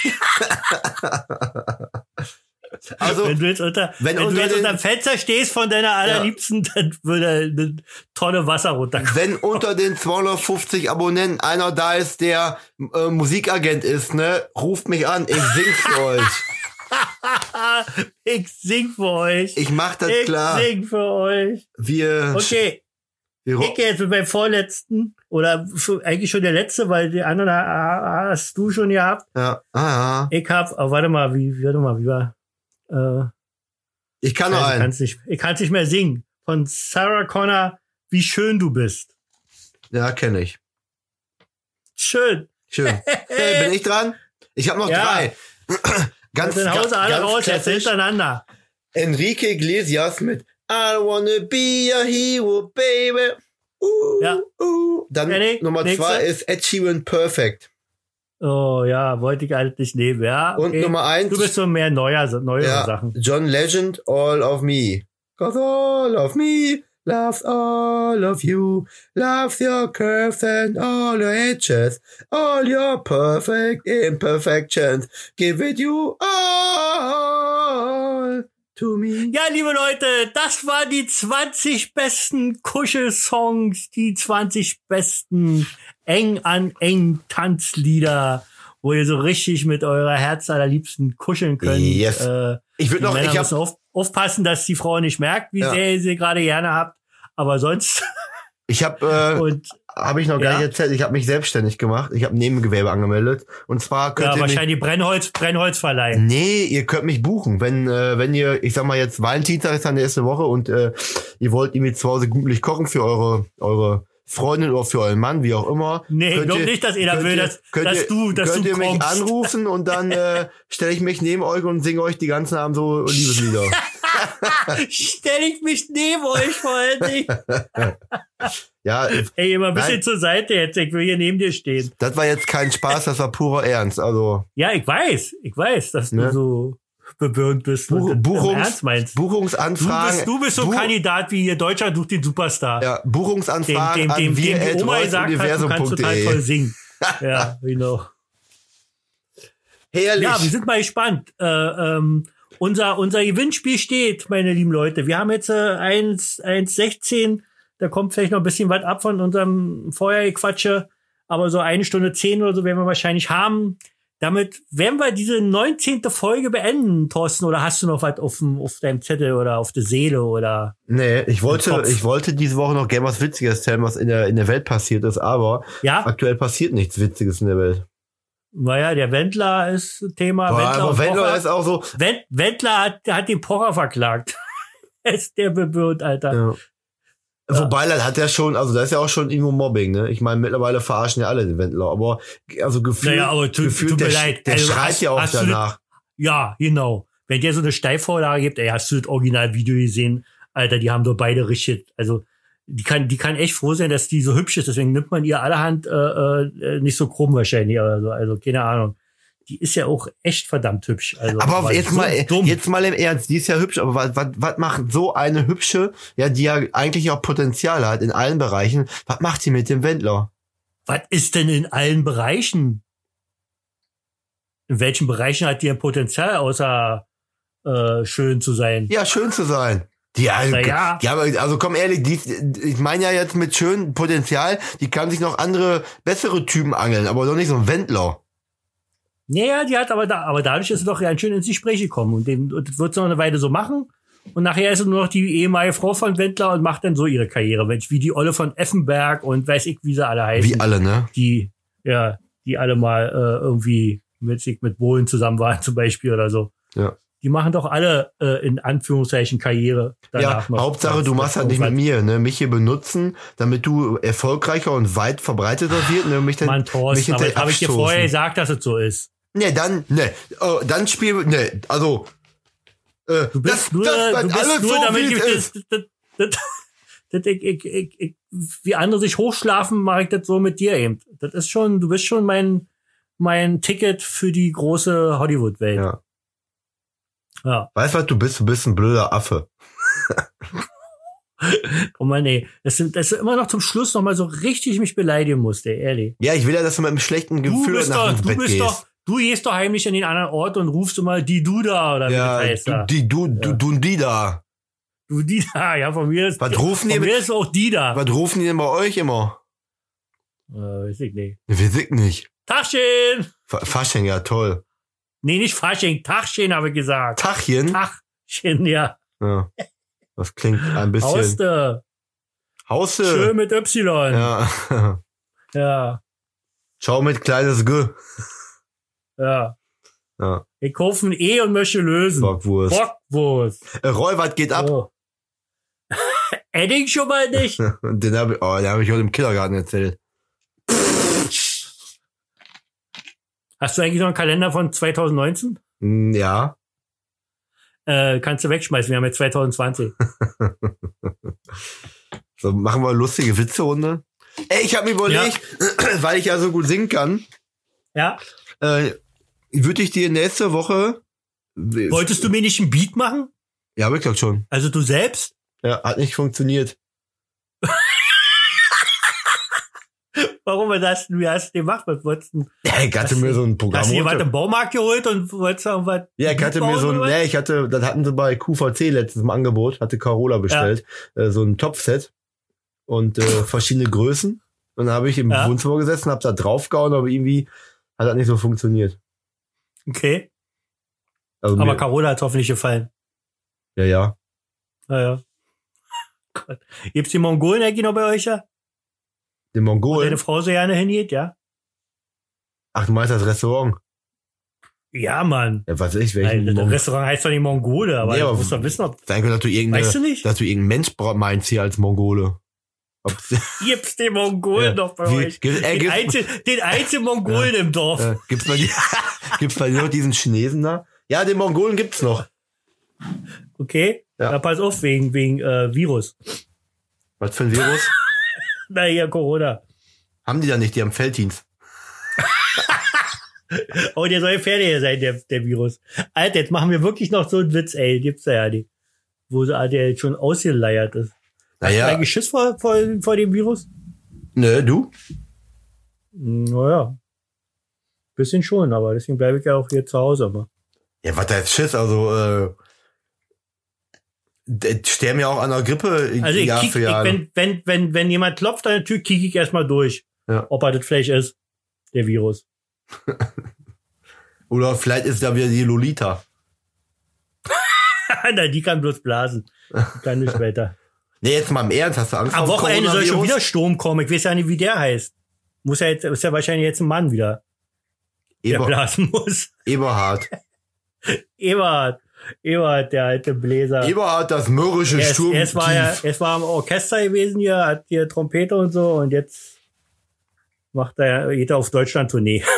D: *laughs*
E: also,
D: wenn du jetzt unter, wenn
E: wenn
D: du
E: unter
D: jetzt
E: den-
D: unterm Fenster stehst von deiner allerliebsten, dann würde eine Tonne Wasser runterkommen.
E: wenn unter den 250 Abonnenten einer da ist, der äh, Musikagent ist, ne, ruft mich an, ich sing's
D: *laughs*
E: für euch.
D: Ah, ich sing für euch.
E: Ich mach das
D: ich
E: klar.
D: sing für euch.
E: Wir,
D: Okay,
E: wir ro-
D: ich gehe jetzt mit meinem vorletzten oder f- eigentlich schon der letzte, weil die anderen ah, ah, hast du schon gehabt.
E: Ja, ah, ja.
D: Ich hab, oh, warte mal, wie, warte mal, wie war, äh,
E: Ich kann noch
D: ich
E: einen.
D: kann's nicht, ich kann's nicht mehr singen. Von Sarah Connor, wie schön du bist.
E: Ja, kenne ich.
D: Schön. *laughs*
E: Schön. hey, bin ich dran? Ich habe noch
D: Ja.
E: drei. ganz
D: Dann haus
E: ganz,
D: alle raus,
E: ganz
D: jetzt
E: klassisch.
D: hintereinander.
E: Enrique Iglesias mit I wanna be a hero, baby. Uh,
D: Ja.
E: uh. Dann
D: Ja, nee,
E: Nummer
D: nächste.
E: zwei ist Ed Sheeran Perfect.
D: Oh ja, wollte ich alles nicht nehmen, ja.
E: Und
D: okay.
E: Nummer eins,
D: Du bist so mehr neuer, neuere
E: ja,
D: Sachen.
E: John Legend, All of Me. Cause all of me loves all of you. Loves your curves and all your edges. All your perfect imperfections. Give it you all to me.
D: Ja, liebe Leute, das waren die 20 besten Kuschelsongs, die 20 besten eng an eng Tanzlieder, wo ihr so richtig mit eurer Herz allerliebsten kuscheln könnt.
E: Yes.
D: Äh,
E: Ich würde
D: Die
E: noch,
D: Männer
E: ich
D: müssen
E: habe
D: auf, aufpassen, dass die Frau nicht merkt, wie
E: Ja.
D: sehr ihr sie gerade gerne habt. Aber
E: *laughs*
D: sonst
E: ich hab, äh,
D: und
E: hab ich noch gar
D: Ja.
E: nicht erzählt, ich habe mich selbstständig gemacht. Ich habe Nebengewerbe angemeldet. Und zwar könnt
D: ja,
E: ihr mich,
D: wahrscheinlich Brennholz, Brennholz
E: *laughs*
D: verleihen.
E: Nee, ihr könnt mich buchen. Wenn, äh, wenn ihr, ich sag mal jetzt, Valentinstag ist dann die erste Woche und äh, ihr wollt irgendwie zu Hause gemütlich kochen für eure, eure Freundin oder für euren Mann, wie auch immer.
D: Nee,
E: Könnt
D: glaub
E: ihr-
D: nicht, dass er da
E: könnt
D: will,
E: ihr-
D: dass-
E: könnt
D: dass
E: ihr-
D: du- dass
E: Könnt
D: du
E: ihr mich
D: kommst.
E: anrufen und
D: *laughs*
E: dann äh, stelle ich mich neben euch und singe euch die ganzen Abend so
D: *laughs*
E: Liebeslieder.
D: Stell ich mich neben euch vor allen Dingen.
E: ja,
D: *laughs* Ey, immer ein bisschen
E: Nein.
D: zur Seite jetzt. Ich will hier neben dir stehen.
E: das war jetzt kein Spaß, das war purer Ernst. Also
D: Ja, ich weiß. Ich weiß, dass du
E: Ne?
D: so bewirkt bist.
E: Buch,
D: und im
E: Buchungs,
D: Ernst meinst. Du
E: Buchungsanfragen.
D: bist, du bist so ein
E: Bu-
D: Kandidat wie hier Deutschland sucht den Superstar.
E: Ja,
D: Dem,
E: Buchungsanfragen
D: dem, dem, dem
E: an wir
D: die Oma gesagt hat, du kannst total toll
E: *laughs*
D: singen. Ja, genau.
E: Herrlich.
D: Ja, wir sind mal gespannt. Äh, ähm, unser, unser Gewinnspiel steht, meine lieben Leute. Wir haben jetzt äh, 1 1,16. Da kommt vielleicht noch ein bisschen was ab von unserem Feuergequatsche. Aber so eine Stunde zehn oder so werden wir wahrscheinlich haben. Damit werden wir diese 19. Folge beenden, Thorsten. Oder hast du noch was auf, dem- auf deinem Zettel oder auf der Seele oder?
E: nee, ich wollte,
D: Kopf.
E: ich wollte diese Woche noch gerne was Witziges erzählen, was in der, in der Welt passiert ist, aber
D: Ja,
E: aktuell passiert nichts Witziges in der Welt.
D: naja, der Ah, Wendler ist Thema.
E: Boah, aber
D: und Pocher.
E: Wendler ist auch so,
D: Wend, Wendler hat, hat den Pocher verklagt. *laughs* Er ist der bewirrt, Alter.
E: ja. Wobei, dann hat er schon, also da ist ja auch schon irgendwo Mobbing, ne? Ich meine, mittlerweile verarschen ja alle den Wendler, aber also gefühlt,
D: Naja, aber tut-
E: gefühlt
D: tut mir
E: der,
D: leid.
E: der
D: Also,
E: schreit
D: hast-
E: ja auch
D: hast du
E: danach.
D: Ja, genau. Wenn der so eine Steilvorlage gibt, ey, hast du das Originalvideo gesehen? Alter, die haben doch beide richtig. Also, die kann, die kann echt froh sein, dass die so hübsch ist. Deswegen nimmt man ihr allerhand äh, äh, nicht so krumm wahrscheinlich oder so. Also, keine Ahnung. Die ist ja auch echt verdammt hübsch. Also,
E: Aber jetzt
D: so
E: mal,
D: dumm.
E: jetzt mal im Ernst, die ist ja hübsch, aber was, was, was macht so eine hübsche, ja, die ja eigentlich auch Potenzial hat in allen Bereichen, was macht sie mit dem Wendler?
D: Was ist denn in allen Bereichen? In welchen Bereichen hat die ein Potenzial, außer äh, schön zu sein?
E: Ja, schön zu sein. Die, also,
D: Na ja.
E: ja. die haben, also komm ehrlich, die, ich meine ja jetzt mit schön Potenzial, die kann sich noch andere, bessere Typen angeln, aber doch nicht so ein Wendler.
D: Naja, die hat aber da, aber dadurch ist sie doch ganz schön ins Gespräch gekommen und, dem, und das wird sie noch eine Weile so machen. Und nachher ist sie nur noch die ehemalige Frau von Wendler und macht dann so ihre Karriere, Mensch, wie die Olle von Effenberg und weiß ich, wie sie alle heißen.
E: Wie alle, ne?
D: Die, ja, die alle mal äh, irgendwie mit, sich mit Bohlen zusammen waren *laughs* zum Beispiel oder so.
E: Ja.
D: Die machen doch alle äh, in Anführungszeichen Karriere
E: Ja,
D: danach noch.
E: Hauptsache, du machst halt nicht mit mir, ne? Mich hier benutzen, damit du erfolgreicher und weit verbreiteter wird, ne? Und mich dann,
D: Ah, Mann,
E: mich
D: Thorsten, aber
E: hinterher
D: das habe ich dir
E: abstoßen.
D: vorher gesagt, dass es so ist.
E: Ne, dann, ne, oh, dann spiel, ne, also, äh,
D: Du bist
E: das,
D: nur,
E: das bleibt
D: du bist
E: alles
D: nur
E: so,
D: damit
E: wie
D: ich
E: es ist.
D: das, das, das, das, ich, ich, ich, ich, wie andere sich hochschlafen, mache ich das so mit dir eben. Das ist schon, du bist schon mein mein Ticket für die große Hollywood-Welt.
E: Ja.
D: Ja.
E: Weißt du, was du bist? Du bist ein blöder Affe.
D: Oh Mann, ey. Dass du, dass du immer noch zum Schluss noch mal so richtig mich beleidigen musst, ey, ehrlich.
E: Ja, ich will ja, dass du mit einem schlechten
D: Du
E: Gefühl
D: bist
E: nach
D: doch,
E: ins
D: du
E: Bett
D: bist
E: gehst.
D: doch, du gehst doch heimlich in den anderen Ort und rufst immer die du da oder wie das heißt
E: ja,
D: da.
E: du, die, du,
D: Ja.
E: du, du, die da.
D: Du die da, ja, von mir ist,
E: Was rufen die,
D: von
E: mit-
D: mir ist auch die da.
E: was rufen die denn bei euch immer?
D: Äh, weiß ich nicht.
E: Wir sind nicht.
D: Taschen!
E: Fa- Fasching, ja, toll.
D: Nee, nicht Fasching, Tachchen habe ich gesagt.
E: Tachchen?
D: Tachchen, ja.
E: Ja. Das klingt ein bisschen.
D: Hauste. Schön
E: Hausse.
D: mit Y. Ja.
E: Ja. *laughs*
D: ja,
E: Schau mit kleines G. Ja.
D: Ich kaufe ein E und möchte lösen.
E: Bockwurst.
D: Bockwurst.
E: Äh, Roy, was geht ab?
D: So. *laughs* Edding schon mal nicht.
E: *laughs* Den habe ich, oh, den hab ich heute im Kindergarten erzählt.
D: Hast du eigentlich noch einen Kalender von 2019?
E: Hm, Ja.
D: Äh, kannst du wegschmeißen, wir haben jetzt
E: *laughs*
D: 2020.
E: So, machen wir lustige Witzerunde. Ey, ich habe mir überlegt, *clears throat* weil ich ja so gut singen kann,
D: Ja?
E: äh, würde ich dir nächste Woche.
D: Wolltest du mir nicht ein Beat machen?
E: Ja, hab ich glaub schon.
D: Also du selbst?
E: Ja, hat nicht funktioniert.
D: Warum was hast du, wie hast du den gemacht? Was wolltest du?
E: Ja, ich hatte mir so ein Programm.
D: Hast du dir was im
E: runter-
D: Baumarkt geholt und wolltest du was?
E: Ja, ich hatte mir so ein,
D: Oder was?
E: ja, ich hatte, das hatten sie bei QVC letztens im Angebot, hatte Carola bestellt, äh, so ein Topfset und äh,
D: *laughs*
E: verschiedene Größen. Und dann habe ich im
D: Ja.
E: Wohnzimmer gesessen, habe da draufgehauen, aber irgendwie hat das nicht so funktioniert.
D: Okay.
E: Also
D: Aber
E: mir,
D: Carola hat hoffentlich gefallen.
E: ja, ja.
D: Naja. *laughs* Gott. Gibt's die Mongolen eigentlich noch bei euch ja?
E: Den
D: Wo deine
E: Mongolen.
D: Frau so gerne hingeht, ja?
E: Ach, du meinst das Restaurant?
D: Ja, Mann.
E: Ja, was weiß ich, welchen
D: Nein, das
E: Mong-
D: Restaurant heißt doch nicht Mongole, aber
E: Nee,
D: du
E: aber-
D: musst doch wissen, ob.
E: Sein könnte, dass du irgendeine,
D: Weißt du nicht?
E: dass du irgendeinen Mensch bra- meinst hier als Mongole. Ob
D: Gibt's den Mongolen
E: *laughs* Ja.
D: doch bei
E: Wie-
D: euch?
E: gibt-
D: den,
E: äh, gibt's-
D: einzigen, den einzigen
E: *laughs*
D: Mongolen im Dorf.
E: äh, gibt's bei dir, *laughs* gibt's bei dir noch diesen Chinesen da? Ja, den Mongolen gibt's noch.
D: Okay?
E: Ja.
D: Ja. pass auf, wegen, wegen äh, Virus. *laughs*
E: Was für ein Virus?
D: Na hier, Corona.
E: haben die da nicht, die haben Felddienst.
D: Oh, der soll fertig sein, der, der Virus. Alter, jetzt machen wir wirklich noch so einen Witz, ey. Gibt's da ja nicht. Wo so- der jetzt schon ausgeleiert ist. Ja.
E: Naja,
D: Ein Geschiss vor, vor, vor dem Virus?
E: ne, du?
D: Naja. Bisschen schon, aber deswegen bleibe ich ja auch hier zu Hause immer.
E: Ja, was da jetzt Schiss, also, äh, d- sterben ja auch an der Grippe
D: Also ich,
E: Jahr
D: kick,
E: für
D: ich
E: Jahr.
D: wenn, wenn, wenn, wenn jemand klopft an der Tür, kicke ich erstmal durch,
E: Ja.
D: ob er das vielleicht ist, der
E: *laughs*
D: Virus.
E: Oder vielleicht ist da wieder die Lolita.
D: Na, die kann bloß blasen. Die kann nicht weiter.
E: Nee, jetzt mal im Ernst, hast du Angst
D: Am
E: vor dem
D: Wochenende soll schon
E: Coronavirus?
D: wieder Sturm kommen. Ich weiß ja nicht, wie der heißt. Muss ja jetzt, ist ja wahrscheinlich jetzt ein Mann wieder, der
E: Eber,
D: blasen muss. *laughs*
E: Eberhard.
D: Eberhard. Eberhard, der alte Bläser.
E: Eberhard, das mürrische
D: Erst,
E: Sturm.
D: erst, war er, erst war er im Orchester gewesen hier, hat hier Trompete und so und jetzt macht er, geht er auf Deutschland-Tournee. *laughs*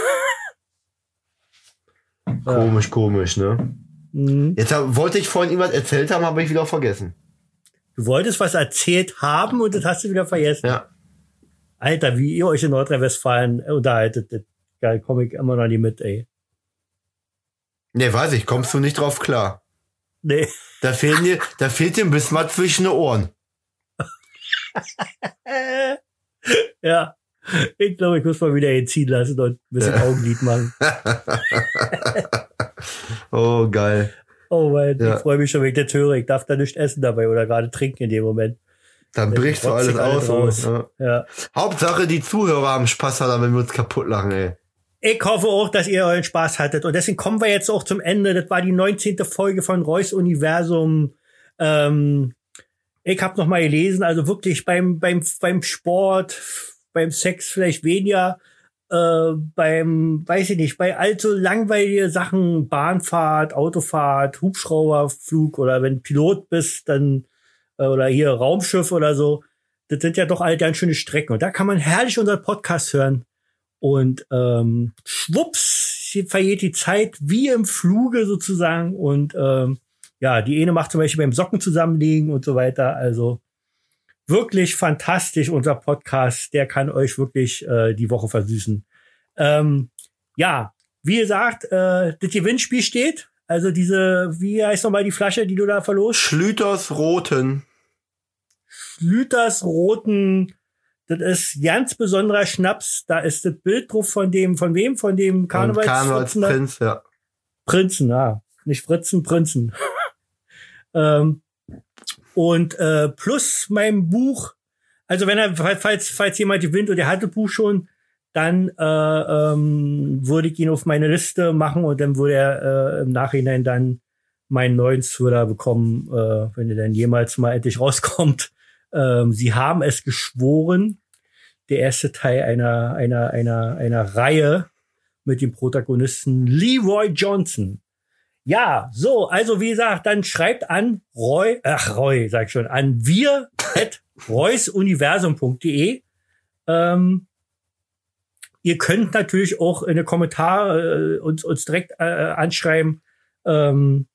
E: Komisch, komisch, ne?
D: Mhm.
E: Jetzt hab, wollte ich vorhin irgendwas erzählt haben, habe ich wieder vergessen.
D: Du wolltest was erzählt haben und das hast du wieder vergessen.
E: Ja.
D: Alter, wie ihr euch in Nordrhein-Westfalen unterhaltet, das geil, komme ich immer noch nicht mit, ey.
E: Nee, Ne, weiß ich, kommst du nicht drauf klar.
D: Nee. *laughs*
E: Da fehlen dir, da fehlt dir ein bisschen was zwischen den Ohren.
D: Äh. ja. Ich glaube, ich muss mal wieder hinziehen lassen und ein bisschen Augenlid machen.
E: Oh, geil.
D: Oh mein,
E: Ja.
D: ich freue mich schon, wenn ich das höre. Ich darf da nicht essen dabei oder gerade trinken in dem Moment.
E: Dann bricht so alles
D: trotzdem alles
E: aus.
D: raus.
E: Ja.
D: Ja.
E: Hauptsache, die Zuhörer haben Spaß daran, wenn wir uns kaputt lachen, ey.
D: Ich hoffe auch, dass ihr euren Spaß hattet. Und deswegen kommen wir jetzt auch zum Ende. Das war die 19. Folge von Reus Universum. Ähm, ich habe noch mal gelesen, also wirklich beim, beim, beim Sport, beim Sex vielleicht weniger, äh, beim, weiß ich nicht, bei allzu langweiligen Sachen, Bahnfahrt, Autofahrt, Hubschrauberflug oder wenn Pilot bist, dann äh, oder hier Raumschiff oder so. Das sind ja doch alle ganz schöne Strecken. Und da kann man herrlich unseren Podcast hören. Und ähm, schwupps, hier vergeht die Zeit wie im Fluge sozusagen. Und ähm, ja, die Ene macht zum Beispiel beim Socken zusammenlegen und so weiter. Also wirklich fantastisch, unser Podcast. Der kann euch wirklich äh, die Woche versüßen. Ähm, ja, wie gesagt, äh, das Gewinnspiel steht. Also diese, wie heißt nochmal die Flasche, die du da verlost?
E: Schlüters Roten.
D: Lüters roten, das ist ganz besonderer Schnaps. Da ist das Bild drauf von dem, von wem? Von dem
E: Karnevals
D: Karnevalsprinzen.
E: Karnevalsprinz, ja.
D: Prinzen, ja. Nicht Fritzen, Prinzen. *laughs* ähm, und äh, plus meinem Buch. Also wenn er, falls, falls jemand gewinnt und er hat das Buch schon, dann äh, ähm, würde ich ihn auf meine Liste machen und dann würde er äh, im Nachhinein dann meinen neuen Thriller bekommen, äh, wenn er dann jemals mal endlich rauskommt. *laughs* Ähm, Sie haben es geschworen. Der erste Teil einer, einer, einer, einer Reihe mit dem Protagonisten Leroy Johnson. Ja, so, also wie gesagt, dann schreibt an Roy, ach Roy, sag ich schon, an wir *laughs* at reusuniversum.de. Ähm, ihr könnt natürlich auch in den Kommentaren äh, uns, uns direkt äh, anschreiben ähm,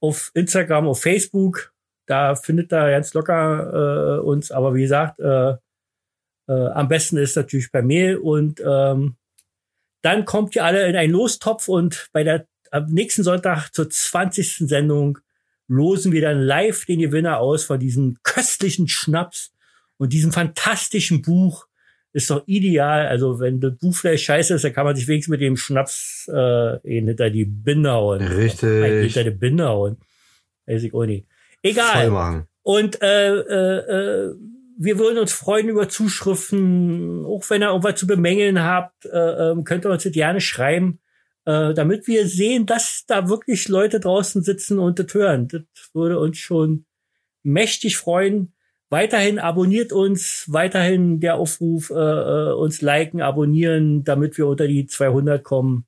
D: auf Instagram, auf Facebook. Da findet da ganz locker äh, uns, aber wie gesagt, äh, äh, am besten ist natürlich per Mail und ähm, dann kommt ihr alle in einen Lostopf und bei der am nächsten Sonntag zur 20. Sendung losen wir dann live den Gewinner aus von diesem köstlichen Schnaps und diesem fantastischen Buch. Ist doch ideal. Also wenn das Buch vielleicht scheiße ist, dann kann man sich wenigstens mit dem Schnaps äh, ihn hinter die Binde hauen. Eigentlich
E: Richtig.
D: hinter die Binde hauen. Weiß ich auch nicht. Egal.
E: Voll machen.
D: Und äh, äh, äh, wir würden uns freuen über Zuschriften. Auch wenn ihr irgendwas zu bemängeln habt, äh, ähm, könnt ihr uns das gerne schreiben, äh, damit wir sehen, dass da wirklich Leute draußen sitzen und das hören. Das würde uns schon mächtig freuen. Weiterhin abonniert uns, weiterhin der Aufruf, äh, äh, uns liken, abonnieren, damit wir unter die 200 kommen.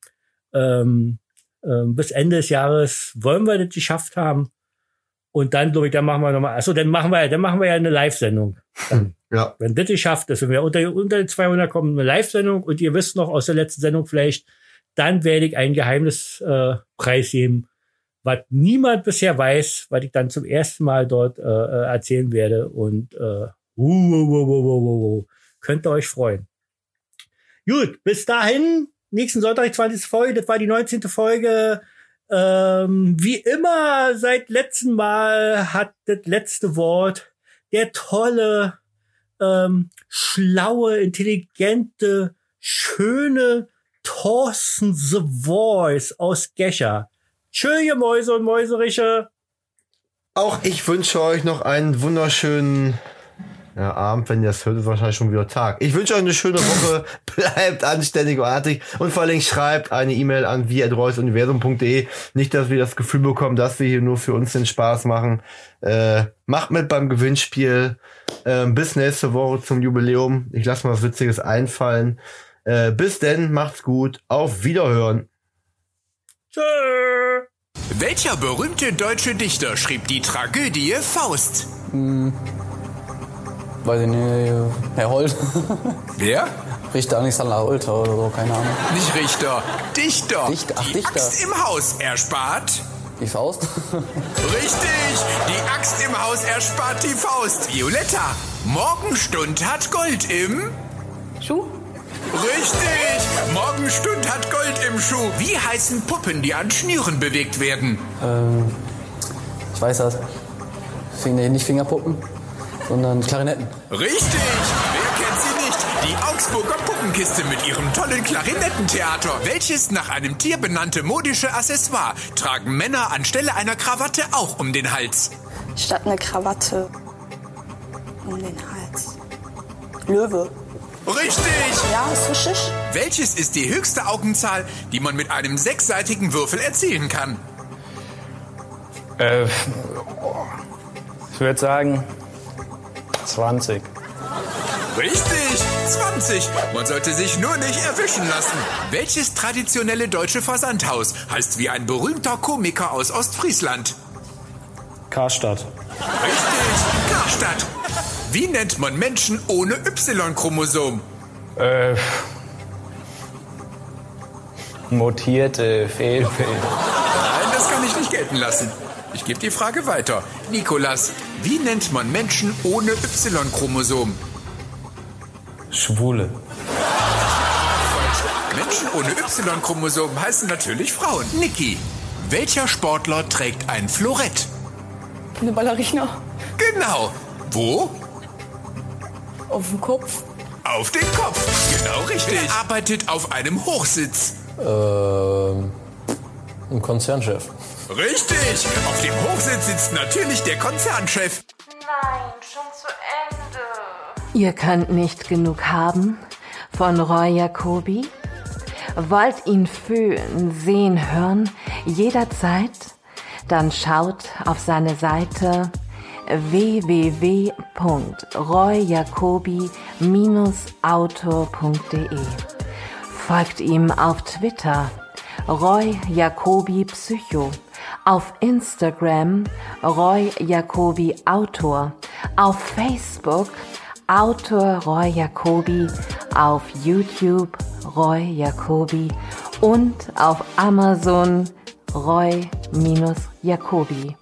D: Ähm, ähm, bis Ende des Jahres wollen wir das geschafft haben. Und dann, glaube ich, dann machen wir nochmal, achso, dann machen wir, dann machen wir ja eine Live-Sendung.
E: Ja,
D: Wenn das geschafft ist, wenn wir unter, unter 200 kommen, eine Live-Sendung und ihr wisst noch aus der letzten Sendung vielleicht, dann werde ich ein Geheimnis äh, preisgeben, was niemand bisher weiß, was ich dann zum ersten Mal dort äh, äh, erzählen werde. Und äh, uh, uh, uh, uh, uh, uh, könnt ihr euch freuen. Gut, bis dahin, nächsten Sonntag, die 20. Folge, das war die 19. Folge. Ähm, wie immer, seit letzten Mal hat das letzte Wort der tolle, ähm, schlaue, intelligente, schöne Thorsten The Voice aus Gescher. Tschö, ihr Mäuse und Mäuseriche.
E: Auch ich wünsche euch noch einen wunderschönen ja, Abend, wenn ihr das hört, ist wahrscheinlich schon wieder Tag. Ich wünsche euch eine schöne Woche, *laughs* bleibt anständig und artig und vor allen Dingen schreibt eine E-Mail an wie@reusuniversum.de. Nicht, dass wir das Gefühl bekommen, dass wir hier nur für uns den Spaß machen. Äh, macht mit beim Gewinnspiel. Ähm, bis nächste Woche zum Jubiläum. Ich lasse mal was Witziges einfallen. Äh, bis denn, macht's gut. Auf Wiederhören.
D: Tschö.
G: Welcher berühmte deutsche Dichter schrieb die Tragödie Faust?
H: Weiß ich nicht, Herr Holt. *laughs*
G: Wer?
H: Richter Alexander Holt oder so, keine Ahnung.
G: Nicht Richter, Dichter.
H: Dicht- ach,
G: die
H: Dichter.
G: Axt im Haus erspart.
H: Die Faust? *laughs*
G: Richtig, die Axt im Haus erspart die Faust. Violetta, Morgenstund hat Gold im...
H: Schuh?
G: Richtig, Morgenstund hat Gold im Schuh. Wie heißen Puppen, die an Schnüren bewegt werden?
H: Ähm, ich weiß das. Fing, nee, nicht Fingerpuppen, sondern Klarinetten.
G: Richtig! Wer kennt sie nicht? Die Augsburger Puppenkiste mit ihrem tollen Klarinettentheater. Welches nach einem Tier benannte modische Accessoire tragen Männer anstelle einer Krawatte auch um den Hals.
F: Statt eine Krawatte um den Hals. Löwe.
G: Richtig!
F: Ja, ist richtig.
G: Welches ist die höchste Augenzahl, die man mit einem sechsseitigen Würfel erzielen kann?
I: Äh, ich würde sagen 20.
G: Richtig! 20! Man sollte sich nur nicht erwischen lassen. Welches traditionelle deutsche Versandhaus heißt wie ein berühmter Komiker aus Ostfriesland?
I: Karstadt.
G: Richtig, Karstadt. Wie nennt man Menschen ohne Y-Chromosom?
I: Äh, mutierte Fehlbild.
G: Nein, das kann ich nicht gelten lassen. Ich gebe die Frage weiter. Nikolas, wie nennt man Menschen ohne Y-Chromosom?
I: Schwule.
G: Menschen ohne Y-Chromosom heißen natürlich Frauen. Niki, welcher Sportler trägt ein Florett?
J: Eine Ballerina
G: Genau. Wo?
J: auf dem Kopf.
G: Auf den Kopf. Genau richtig. Er arbeitet auf einem Hochsitz.
H: Ähm, ein Konzernchef.
G: Richtig. Auf dem Hochsitz sitzt natürlich der Konzernchef.
F: Nein, schon zu Ende.
C: Ihr könnt nicht genug haben von Roy Jacobi. Wollt ihn fühlen, sehen, hören, jederzeit? Dann schaut auf seine Seite www.royjacobi-autor.de. Folgt ihm auf Twitter Roy Jacobi Psycho, auf Instagram Roy Jacobi Autor, auf Facebook Autor Roy Jacobi, auf YouTube Roy Jacobi und auf Amazon Roy-Jacobi.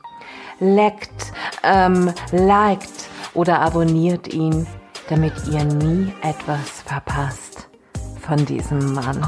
C: Leckt, ähm, liked oder abonniert ihn, damit ihr nie etwas verpasst von diesem Mann.